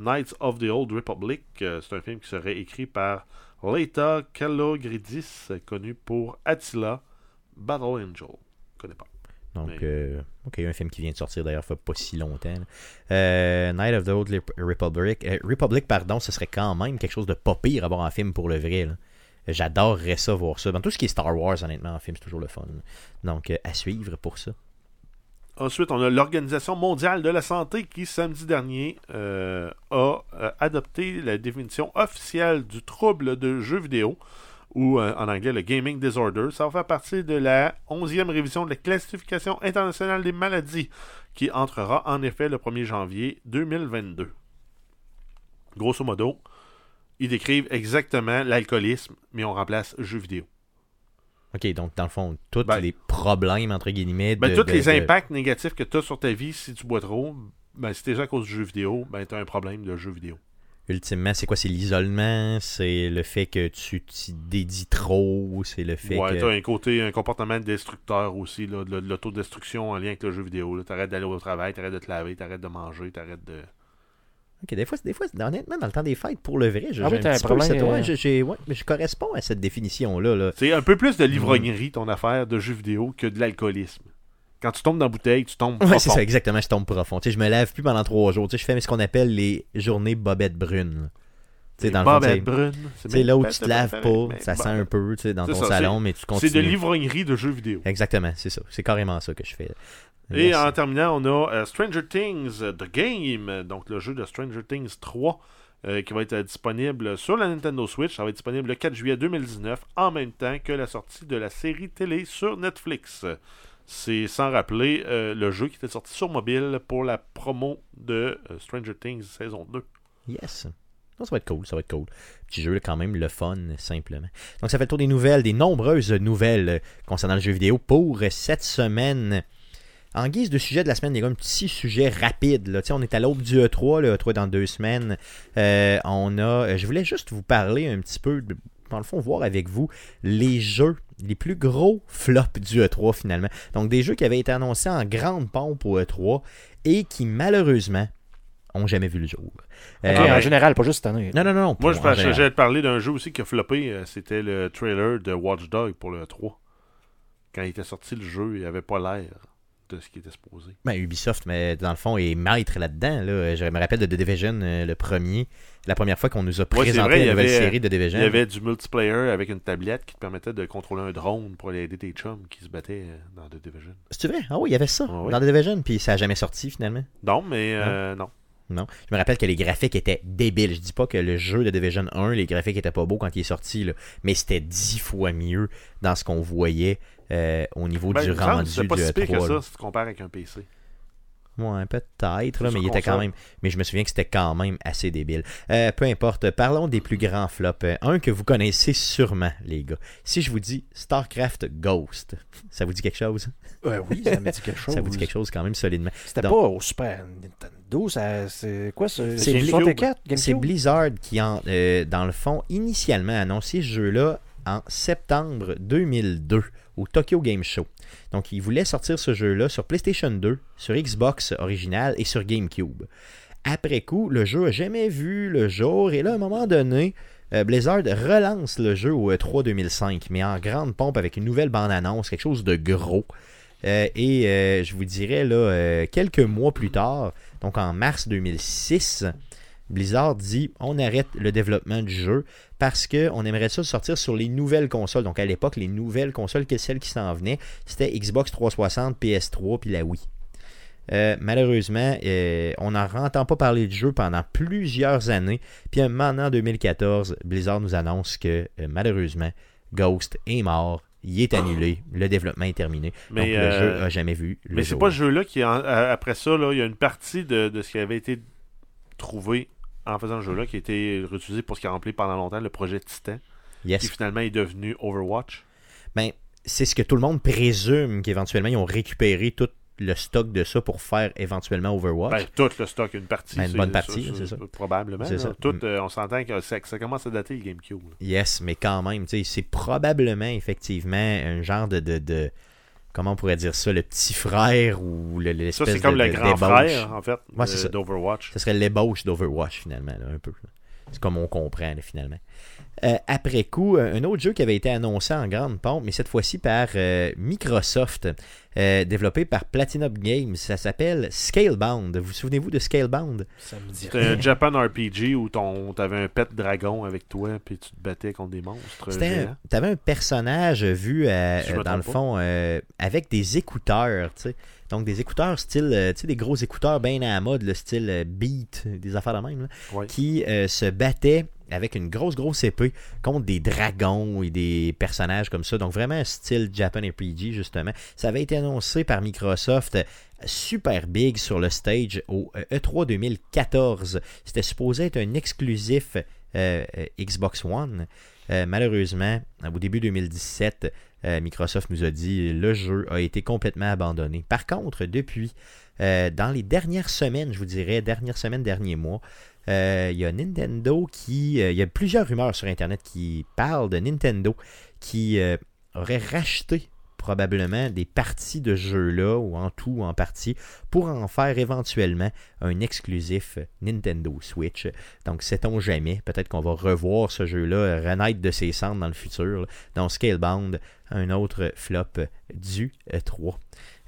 Knights of the Old Republic. Euh, C'est un film qui serait écrit par Leita Kalogridis, euh, connu pour Attila, Battle Angel. Je connais pas. Donc, Mais- euh, ok, un film qui vient de sortir d'ailleurs, fait pas si longtemps. là. Euh, Night of the Old Lip- Republic. euh, Republic, pardon, ce serait quand même quelque chose de pas pire à voir en film pour le vrai. là. J'adorerais ça, voir ça. Dans tout ce qui est Star Wars, honnêtement, en film, c'est toujours le fun. Donc, euh, à suivre pour ça. Ensuite, on a l'Organisation mondiale de la santé qui, samedi dernier, euh, a euh, adopté la définition officielle du trouble de jeu vidéo, ou euh, en anglais le gaming disorder. Ça va faire partie de la 11e révision de la classification internationale des maladies qui entrera en effet le 1er janvier 2022. Grosso modo, ils décrivent exactement l'alcoolisme, mais on remplace jeu vidéo. Ok, donc dans le fond, tous Ben- les problèmes, entre guillemets. De, Ben, tous de- les de- impacts négatifs que tu as sur ta vie si tu bois trop, ben, si t'es à cause du jeu vidéo, ben, tu as un problème de jeu vidéo. Ultimement, c'est quoi C'est l'isolement, c'est le fait que tu t'y dédies trop, c'est le fait ouais, que. tu as un côté, un comportement destructeur aussi, là, de, de l'autodestruction en lien avec le jeu vidéo. Tu arrêtes d'aller au travail, tu arrêtes de te laver, tu arrêtes de manger, tu arrêtes de. Ok, des fois, des fois, honnêtement, dans le temps des fêtes, pour le vrai, je, Ah oui, j'ai t'as un un petit peu problème, cette- ouais, euh, je- j'ai- ouais, mais je corresponds à cette définition-là. Là. C'est un peu plus Mm-hmm. de l'ivrognerie, ton affaire de jeu vidéo, que de l'alcoolisme. Quand tu tombes dans la bouteille, tu tombes. Ouais, pas c'est fort. ça, exactement, je tombe profond. Tu sais, je me lave plus pendant trois jours. Tu sais, je fais ce qu'on appelle les journées bobettes brunes. Tu sais, dans le fond, Bob tu et sais, Brune, ben, c'est tu sais, là où même tu te laves pas, mais ça sent Bob- un peu, tu sais, dans C'est ton ça, salon, mais tu C'est de continues. l'ivrognerie de jeu vidéo. Exactement, c'est ça. C'est carrément ça que je fais. Et Merci. en terminant, on a euh, Stranger Things euh, The Game, euh, donc le jeu de Stranger Things 3, euh, qui va être euh, disponible sur la Nintendo Switch. Ça va être disponible le 4 juillet 2019, en même temps que la sortie de la série télé sur Netflix. C'est sans rappeler euh, le jeu qui était sorti sur mobile pour la promo de euh, Stranger Things saison 2. Yes. Non, ça va être cool, ça va être cool. Petit jeu, quand même, le fun, simplement. Donc, ça fait le tour des nouvelles, des nombreuses nouvelles euh, concernant le jeu vidéo pour cette semaine. En guise de sujet de la semaine, il y a un petit sujet rapide. Là. Tu sais, On est à l'aube du E3, le E3 dans deux semaines. Euh, on a, je voulais juste vous parler un petit peu, de- dans le fond, voir avec vous les jeux, les plus gros flops du E3 finalement. Donc des jeux qui avaient été annoncés en grande pompe au E3 et qui malheureusement ont jamais vu le jour. Euh, Ok, en général, pas juste cette année. non, non, non. non, pour- Moi, je en pense- général. j'allais te parler d'un jeu aussi qui a floppé. euh, C'était le trailer de Watch Dog pour le 3. Quand il était sorti, le jeu, il n'avait pas l'air de ce qui était supposé. Ben, Ubisoft, mais dans le fond, est maître là-dedans. Là. Je me rappelle de The Division, euh, le premier, la première fois qu'on nous a c'est présenté vrai, la il y nouvelle avait- série de Division. Il y avait du multiplayer avec une tablette qui te permettait de contrôler un drone pour aller aider tes chums qui se battaient euh, dans The Division. C'est vrai? Ah oui, il y avait ça Ah oui. dans The Division, puis ça n'a jamais sorti finalement. Non, mais Hein? euh, non. Non. Je me rappelle que les graphiques étaient débiles. Je dis pas que le jeu de Division 1, les graphiques étaient pas beaux quand il est sorti, là, mais c'était dix fois mieux dans ce qu'on voyait euh, au niveau Ben, du il me semble que rendu c'est pas de E si pire que 3. ça si tu compares avec un PC. Ouais, peut-être, là, Sur mais il était console. quand même. Mais je me souviens que c'était quand même assez débile. Euh, peu importe, parlons des plus grands flops. Euh, Un que vous connaissez sûrement, les gars. Si je vous dis StarCraft Ghost, ça vous dit quelque chose? Euh, oui, ça me dit quelque chose. Ça vous dit quelque chose quand même solidement. C'était Donc- pas au Super Nintendo, ça- c'est quoi ce C'est sur Bli- 64, C'est GameCube? Blizzard qui, en, euh, dans le fond, initialement a annoncé ce jeu-là en septembre 2002 au Tokyo Game Show. Donc, ils voulaient sortir ce jeu-là sur PlayStation 2, sur Xbox original et sur GameCube. Après coup, le jeu a jamais vu le jour et là, à un moment donné, euh, Blizzard relance le jeu au E E3 2005, mais en grande pompe avec une nouvelle bande-annonce, quelque chose de gros. Euh, et euh, je vous dirais, là, euh, quelques mois plus tard, donc en mars 2006, Blizzard dit on arrête le développement du jeu parce qu'on aimerait ça sortir sur les nouvelles consoles. Donc à l'époque, les nouvelles consoles, que- celles qui s'en venaient, c'était Xbox 360, PS3 puis la Wii. Euh, malheureusement, euh, on n'en entend pas parler du jeu pendant plusieurs années. Puis maintenant, en 2014, Blizzard nous annonce que euh, malheureusement, Ghost est mort Il est annulé. Le développement est terminé. Mais, Donc, le euh, jeu a jamais vu. le Mais c'est jour. pas ce jeu-là qui, est en- à- après ça, là, il y a une partie de, de ce qui avait été trouvé en faisant ce jeu-là qui a été réutilisé pour ce qui a rempli pendant longtemps le projet Titan, qui Yes. finalement est devenu Overwatch. Ben, c'est ce que tout le monde présume qu'éventuellement ils ont récupéré tout le stock de ça pour faire éventuellement Overwatch. Ben, tout le stock, une partie. Ben, une c'est- euh, bonne partie, c'est ça. Probablement. C'est là. ça. Tout, Mm. euh, on s'entend que ça, ça commence à dater le GameCube. là. Yes, mais quand même, tu sais, c'est probablement effectivement un genre de, de, de- comment on pourrait dire ça, le petit frère ou le- Ça, l'espèce c'est comme de, le de- grand d'ébauche. frère, en fait, Ouais, c'est de- ça. d'Overwatch. Ce serait l'ébauche d'Overwatch finalement, là, un peu. là. C'est comme on comprend là, finalement. Euh, après coup, un autre jeu qui avait été annoncé en grande pompe, mais cette fois-ci par euh, Microsoft, euh, développé par Platinum Games, ça s'appelle Scalebound. Vous, vous souvenez-vous de Scalebound? Ça me dit C'était un Japan RPG où ton- t'avais un pet dragon avec toi, puis tu te battais contre des monstres. C'était un- géants. T'avais un personnage vu à- Si je me euh, dans le trompe pas. fond euh, avec des écouteurs, tu sais. Donc des écouteurs style, euh, tu sais, des gros écouteurs bien à la mode, le style euh, beat, des affaires de même, là, Ouais. qui euh, se battaient avec une grosse, grosse épée contre des dragons et des personnages comme ça. Donc vraiment un style Japan RPG, justement. Ça avait été annoncé par Microsoft euh, super big sur le stage au euh, E3 2014. C'était supposé être un exclusif euh, euh, Xbox One. Euh, malheureusement, au début 2017, euh, Microsoft nous a dit le jeu a été complètement abandonné. Par contre, depuis, euh, dans les dernières semaines, je vous dirais, dernières semaines, derniers mois, euh, il y a Nintendo qui. euh, il y a plusieurs rumeurs sur Internet qui parlent de Nintendo qui euh, aurait racheté probablement des parties de jeux-là, ou en tout, ou en partie, pour en faire éventuellement un exclusif Nintendo Switch. Donc, sait-on jamais, peut-être qu'on va revoir ce jeu-là renaître de ses cendres dans le futur. là. Donc, Scalebound, un autre flop du euh, 3.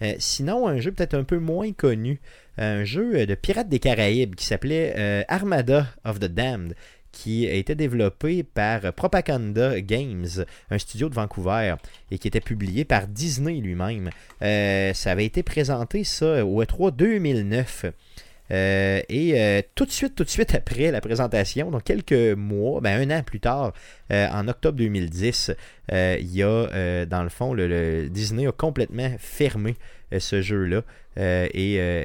Euh, sinon, un jeu peut-être un peu moins connu, un jeu euh, de Pirates des Caraïbes qui s'appelait euh, Armada of the Damned, qui a été développé par Propaganda Games, un studio de Vancouver, et qui était publié par Disney lui-même. Euh, ça avait été présenté, ça, au E E3 2009. Euh, et euh, tout de suite, tout de suite après la présentation, donc quelques mois, ben un an plus tard, euh, en octobre 2010, euh, il y a, euh, dans le fond, le, le- Disney a complètement fermé euh, ce jeu-là. Euh, et euh,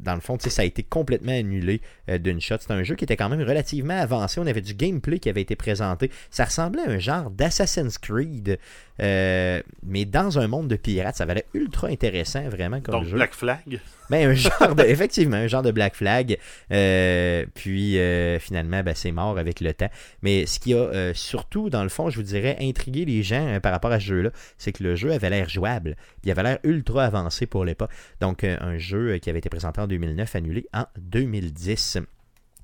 dans le fond, tu sais, ça a été complètement annulé euh, d'une shot. C'est un jeu qui était quand même relativement avancé. On avait du gameplay qui avait été présenté. Ça ressemblait à un genre d'Assassin's Creed, euh, mais dans un monde de pirates. Ça valait ultra intéressant, vraiment, comme Donc, jeu. Black Flag. Ben, un genre de, effectivement, un genre de Black Flag. Euh, puis euh, finalement, ben, c'est mort avec le temps. Mais ce qui a euh, surtout, dans le fond, je vous dirais, intrigué les gens euh, par rapport à ce jeu-là, c'est que le jeu avait l'air jouable. Il avait l'air ultra avancé pour l'époque. Donc, euh, un jeu euh, qui avait été présenté en 2009, annulé en 2010.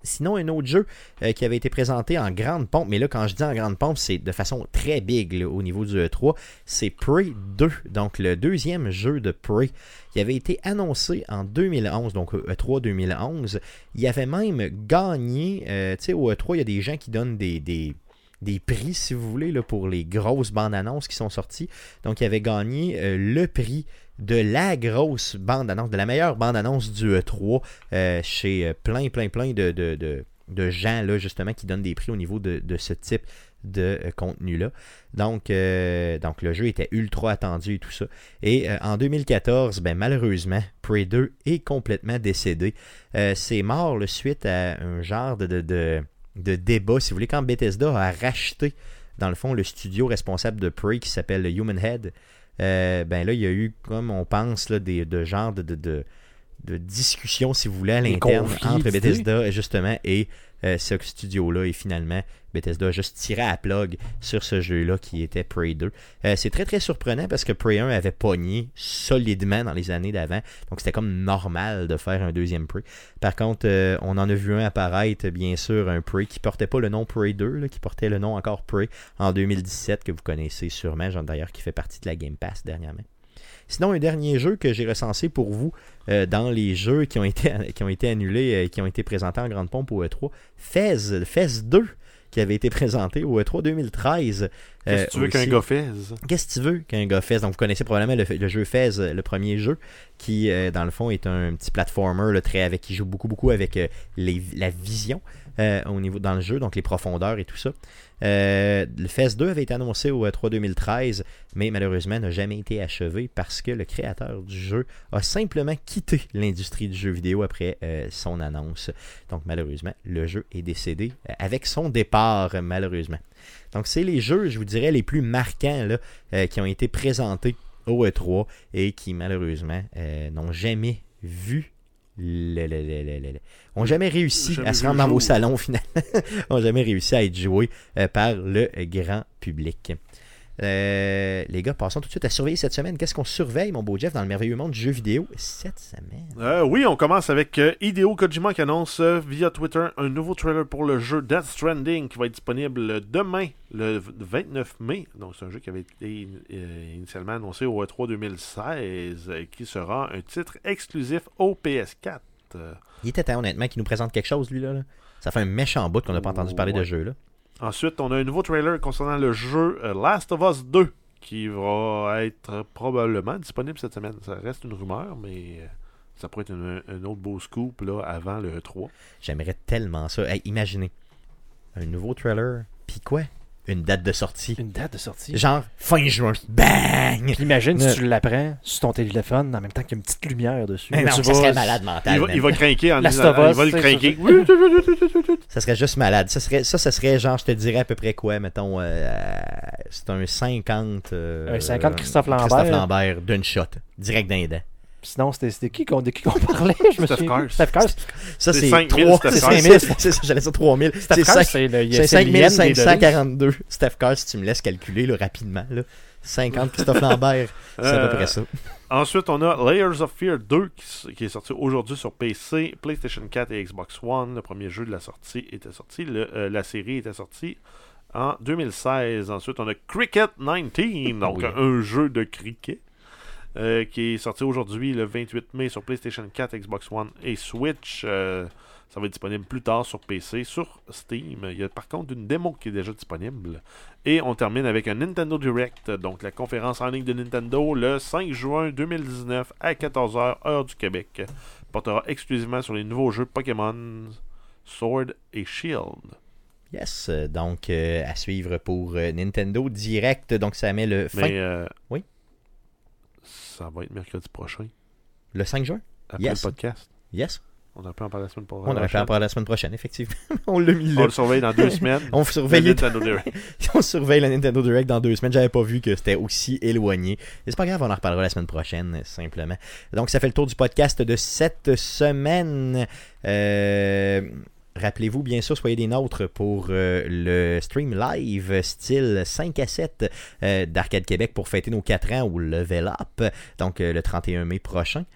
Sinon, un autre jeu euh, qui avait été présenté en grande pompe, mais là, quand je dis en grande pompe, c'est de façon très big là, au niveau du E3, c'est Prey 2, donc le deuxième jeu de Prey qui avait été annoncé en 2011, donc euh, E E3 2011. Il avait même gagné, euh, tu sais, au E3, il y a des gens qui donnent des, des, des prix, si vous voulez, là, pour les grosses bandes annonces qui sont sorties. Donc, il avait gagné euh, le prix de la grosse bande annonce, de la meilleure bande annonce du E3 euh, chez euh, plein, plein, plein de, de, de- de gens, là, justement, qui donnent des prix au niveau de, de ce type de euh, contenu-là. Donc, euh, donc, le jeu était ultra attendu et tout ça. Et euh, en 2014, ben, malheureusement, Prey 2 est complètement décédé. Euh, c'est mort le suite à un genre de, de, de- de débat, si vous voulez, quand Bethesda a racheté, dans le fond, le studio responsable de Prey qui s'appelle le Human Head. euh, ben là, il y a eu, comme on pense, là, des, de genre de, de, de- de discussion, si vous voulez, à Des l'interne conflits entre d'idées. Bethesda, justement, et euh, ce studio-là. Et finalement, Bethesda a juste tiré à la plug sur ce jeu-là qui était Prey 2. Euh, c'est très très surprenant parce que Prey 1 avait pogné solidement dans les années d'avant. Donc c'était comme normal de faire un deuxième Prey. Par contre, euh, on en a vu un apparaître, bien sûr, un Prey qui portait pas le nom Prey 2, là, qui portait le nom encore Prey en 2017, que vous connaissez sûrement, genre, d'ailleurs qui fait partie de la Game Pass dernièrement. Sinon, un dernier jeu que j'ai recensé pour vous euh, dans les jeux qui ont été, qui ont été annulés euh, et qui ont été présentés en E grande pompe au E3, Fez, Fez 2, qui avait été présenté au E3 2013. Qu'est-ce que Euh, tu veux qu'un aussi- gars fasse? Qu'est-ce que tu veux qu'un gars fasse? Donc, vous connaissez probablement le, le jeu Fez, euh, le premier jeu, qui, euh, dans le fond, est un petit platformer là, très, avec, qui joue beaucoup, beaucoup avec euh, les- la vision euh, au niveau, dans le jeu, donc les profondeurs et tout ça. Euh, le Fez 2 avait été annoncé au euh, 3 2013, mais malheureusement n'a jamais été achevé parce que le créateur du jeu a simplement quitté l'industrie du jeu vidéo après euh, son annonce. Donc, malheureusement, le jeu est décédé euh, avec son départ, euh, malheureusement. Donc, c'est les jeux, je vous dirais, les plus marquants là, euh, qui ont été présentés au E3 et qui malheureusement euh, n'ont jamais vu le, le- le- le- le- le- ont jamais réussi Jamais à se vu rendre le dans vos jour. salons finalement ont jamais réussi à être joués euh, par le grand public Euh, les gars, passons tout de suite à surveiller cette semaine. Qu'est-ce qu'on surveille, mon beau Jeff, dans le merveilleux monde du jeu vidéo cette semaine? Euh, oui, on commence avec euh, Hideo Kojima qui annonce euh, via Twitter un nouveau trailer pour le jeu Death Stranding qui va être disponible demain, le v- 29 mai. Donc, c'est un jeu qui avait été euh, initialement annoncé au E3 2016 euh, qui sera un titre exclusif au PS4. Euh, Il était temps, honnêtement, qu'il nous présente quelque chose, lui, là. là. Ça fait un méchant bout qu'on n'a pas entendu parler de Oh, Ouais. jeu, là. Ensuite, on a un nouveau trailer concernant le jeu euh, Last of Us 2 qui va être probablement disponible cette semaine. Ça reste une rumeur, mais euh, ça pourrait être une- un autre beau scoop là, avant le E3. J'aimerais tellement ça. Hey, imaginez. Un nouveau trailer, puis quoi? Une date de sortie. Une date de sortie. Genre euh, fin juin. Bang! Puis imagine Ne- si tu l'apprends sur ton téléphone en même temps qu'il y a une petite lumière dessus. Mais Là, non, tu ça vas- serait malade mental. Il va, man. il va craquer en Last disant- of Us, Ah, Il va le c'est craquer. ça. Oui, tout, tout, tout, tout, tout, tout. Ça serait juste malade. Ça serait, ça, ça serait genre, je te dirais à peu près quoi, mettons, euh, c'est un 50... euh, Un 50 Christophe Lambert. Christophe Lambert, d'une shot, direct d'un dent. Sinon, c'était c'était qui qu'on de qui qu'on parlait Je me Steph souviens. plus. Curse. Steph Curse. Ça, C'est c'est 5 3... 000, Steph c'est Curse. 5 000, C'est ça, j'allais dire 3000. Steph C'est Curse, 5 c'est le- il y a- C'est c'est le yen des 5542. Steph Curse, si tu me laisses calculer là, rapidement. Là. 50 Christophe Lambert, c'est à Euh, peu près ça. Ensuite, on a Layers of Fear 2 qui, s- qui est sorti aujourd'hui sur PC, PlayStation 4 et Xbox One. Le premier jeu de la sortie était sorti. Le- euh, la série était sortie en 2016. Ensuite, on a Cricket 19, donc Oui. un jeu de cricket. euh, qui est sorti aujourd'hui le 28 mai sur PlayStation 4, Xbox One et Switch. Euh, ça va être disponible plus tard sur PC, sur Steam. Il y a par contre une démo qui est déjà disponible. Et on termine avec un Nintendo Direct, donc la conférence en ligne de Nintendo le 5 juin 2019 à 14h heure du Québec. Portera exclusivement sur les nouveaux jeux Pokémon Sword et Shield. Yes, euh, donc euh, à suivre pour euh, Nintendo Direct. Donc ça met le, fin, Mais euh, Oui. Ça va être mercredi prochain le 5 juin. après Yes. le podcast. Yes, On a pu en parler la semaine prochaine. on aurait pu en parler la semaine prochaine, effectivement. on l'a mis On là. le surveille dans deux semaines. On surveille, Le Nintendo Direct. on surveille le Nintendo Direct dans deux semaines. J'avais pas vu que c'était aussi éloigné. Mais c'est pas grave, on en reparlera la semaine prochaine, euh, simplement. Donc, ça fait le tour du podcast de cette semaine. Euh, Rappelez-vous, bien sûr, soyez des nôtres pour euh, le stream live style 5 à 7 euh, d'Arcade Québec pour fêter nos 4 ans au Level Up, donc euh, le 31 mai prochain,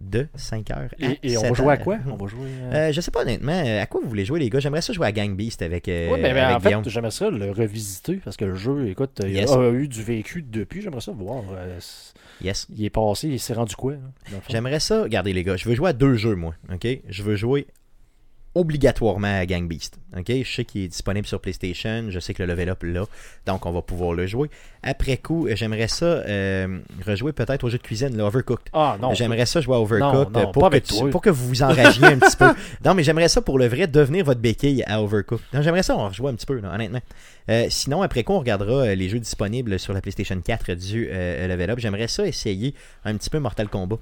de 5h à Et, et on 7 va jouer à heures. quoi On va jouer. à- Euh, je sais pas honnêtement, euh, à quoi vous voulez jouer les gars J'aimerais ça jouer à Gang Beast avec, euh, Ouais, mais, mais avec en fait, Guillaume. j'aimerais ça le revisiter parce que le jeu, écoute, il Yes. a eu du vécu depuis. J'aimerais ça voir. euh, c- Yes. il est passé, il s'est rendu quoi là, dans le fond? J'aimerais ça. Regardez, les gars, je veux jouer à deux jeux, moi. OK? Je veux jouer obligatoirement à Gang Beast. OK? Je sais qu'il est disponible sur PlayStation. Je sais que le level up là. Donc, on va pouvoir le jouer. Après coup, j'aimerais ça euh, rejouer peut-être au jeu de cuisine, le Overcooked. Ah non. J'aimerais ça jouer à Overcooked Non, non, euh, pour, pas que avec tu- toi. pour que vous vous enragiez un petit peu. Non, mais j'aimerais ça pour le vrai devenir votre béquille à Overcooked. Non, j'aimerais ça en rejoue un petit peu, là, honnêtement. Euh, sinon, après quoi, on regardera euh, les jeux disponibles sur la PlayStation 4 du euh, Level Up. J'aimerais ça essayer un petit peu Mortal Kombat.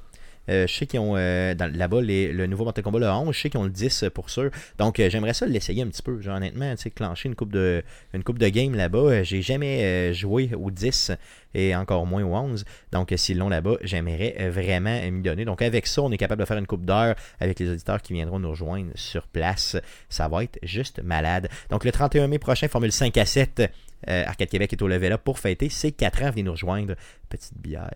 Euh, je sais qu'ils ont euh, dans- là-bas les- le nouveau Mortal Kombat le 11, je sais qu'ils ont le 10 euh, pour sûr. Donc euh, j'aimerais ça l'essayer un petit peu. Genre, honnêtement, tu sais, clencher une coupe de une coupe de game là-bas, Euh, j'ai jamais euh, joué au 10 et encore moins au 11. Donc euh, s'ils l'ont là-bas, j'aimerais euh, vraiment euh, m'y donner. Donc avec ça, on est capable de faire une coupe d'heure avec les auditeurs qui viendront nous rejoindre sur place. Ça va être juste malade. Donc le 31 mai prochain, Formule 5 à 7, euh, Arcade Québec est au level up pour fêter ses 4 ans. Venez nous rejoindre. Petite bière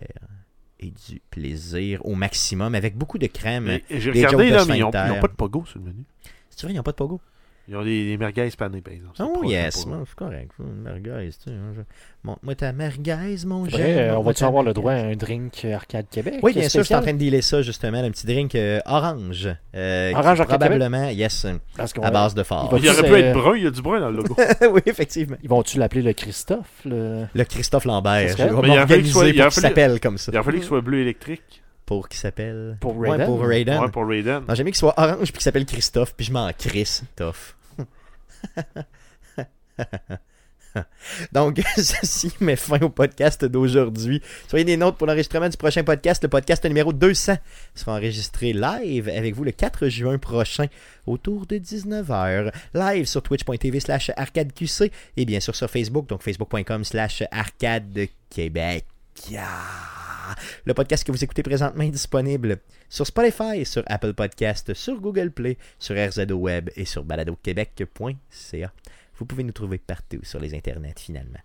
et du plaisir au maximum avec beaucoup de crème. Mais J'ai Des regardé, jokes de là, mais ils n'ont sphincter. pas de pogo sur le menu. C'est vrai, ils n'ont pas de pogo. Ils ont des, des merguez panées, par exemple. C'est Oh pas- yes, c'est pas- moi, c'est correct. Une merguez, tu sais. hein, je- Mon- moi, ta merguez, mon Après, gène, euh, on moi, va-tu ta avoir le merguez. droit à un drink Arcade Québec? Oui, bien sûr, je suis en spécial? train de dealer ça, justement, un petit drink euh, orange. euh, Orange qui Arcade Probablement, yes, Parce qu'on- à base de fort. Il Il aurait C'est- pu être brun, il y a du brun dans le logo. oui, effectivement. Ils vont-tu l'appeler le Christophe? le- Le Christophe Lambert. Ça Je serait- vais Mais il aurait fallu m'organiser qu'il soit- pour il aurait qu'il fallu- s'appelle comme ça. Il aurait fallu qu'il soit bleu électrique. Pour qu'il s'appelle... Pour Ouais, Raiden? pour Raiden. Ouais, pour Raiden. Non, j'aime mieux qu'il soit orange puis qu'il s'appelle Christophe, puis je m'en crisse, tough. Donc, ceci met fin au podcast d'aujourd'hui. Soyez des nôtres pour l'enregistrement du prochain podcast. Le podcast numéro 200 sera enregistré live avec vous le 4 juin prochain autour de 19h. Live sur twitch.tv slash arcadeqc et bien sûr sur Facebook, donc facebook.com slash arcadequebec. Ah! Le podcast que vous écoutez présentement est disponible sur Spotify, sur Apple Podcast, sur Google Play, sur RZO Web et sur baladoquebec.ca. Vous pouvez nous trouver partout sur les internets finalement.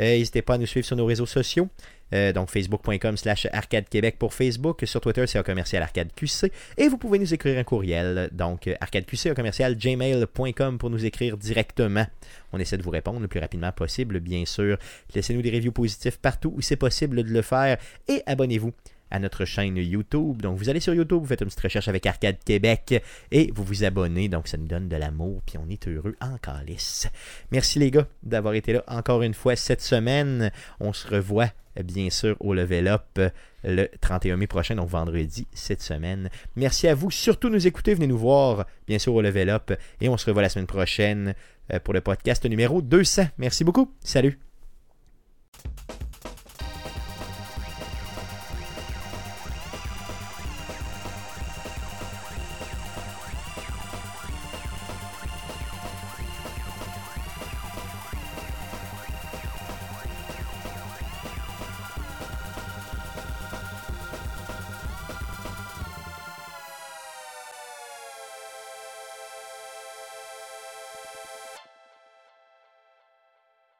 Euh, N'hésitez pas à nous suivre sur nos réseaux sociaux. euh, donc facebook.com slash arcade québec pour Facebook. Sur Twitter, c'est un commercial arcade QC. Et vous pouvez nous écrire un courriel. Donc arcade QC, un commercial gmail.com pour nous écrire directement. On essaie de vous répondre le plus rapidement possible, bien sûr. Laissez-nous des reviews positifs partout où c'est possible de le faire. Et abonnez-vous à notre chaîne YouTube. Donc, vous allez sur YouTube, vous faites une petite recherche avec Arcade Québec et vous vous abonnez. Donc, ça nous donne de l'amour, puis on est heureux en calice. Merci les gars d'avoir été là encore une fois cette semaine. On se revoit bien sûr au Level Up euh, le 31 mai prochain, donc vendredi cette semaine. Merci à vous. Surtout nous écouter, venez nous voir bien sûr au Level Up et on se revoit la semaine prochaine euh, pour le podcast numéro 200. Merci beaucoup. Salut.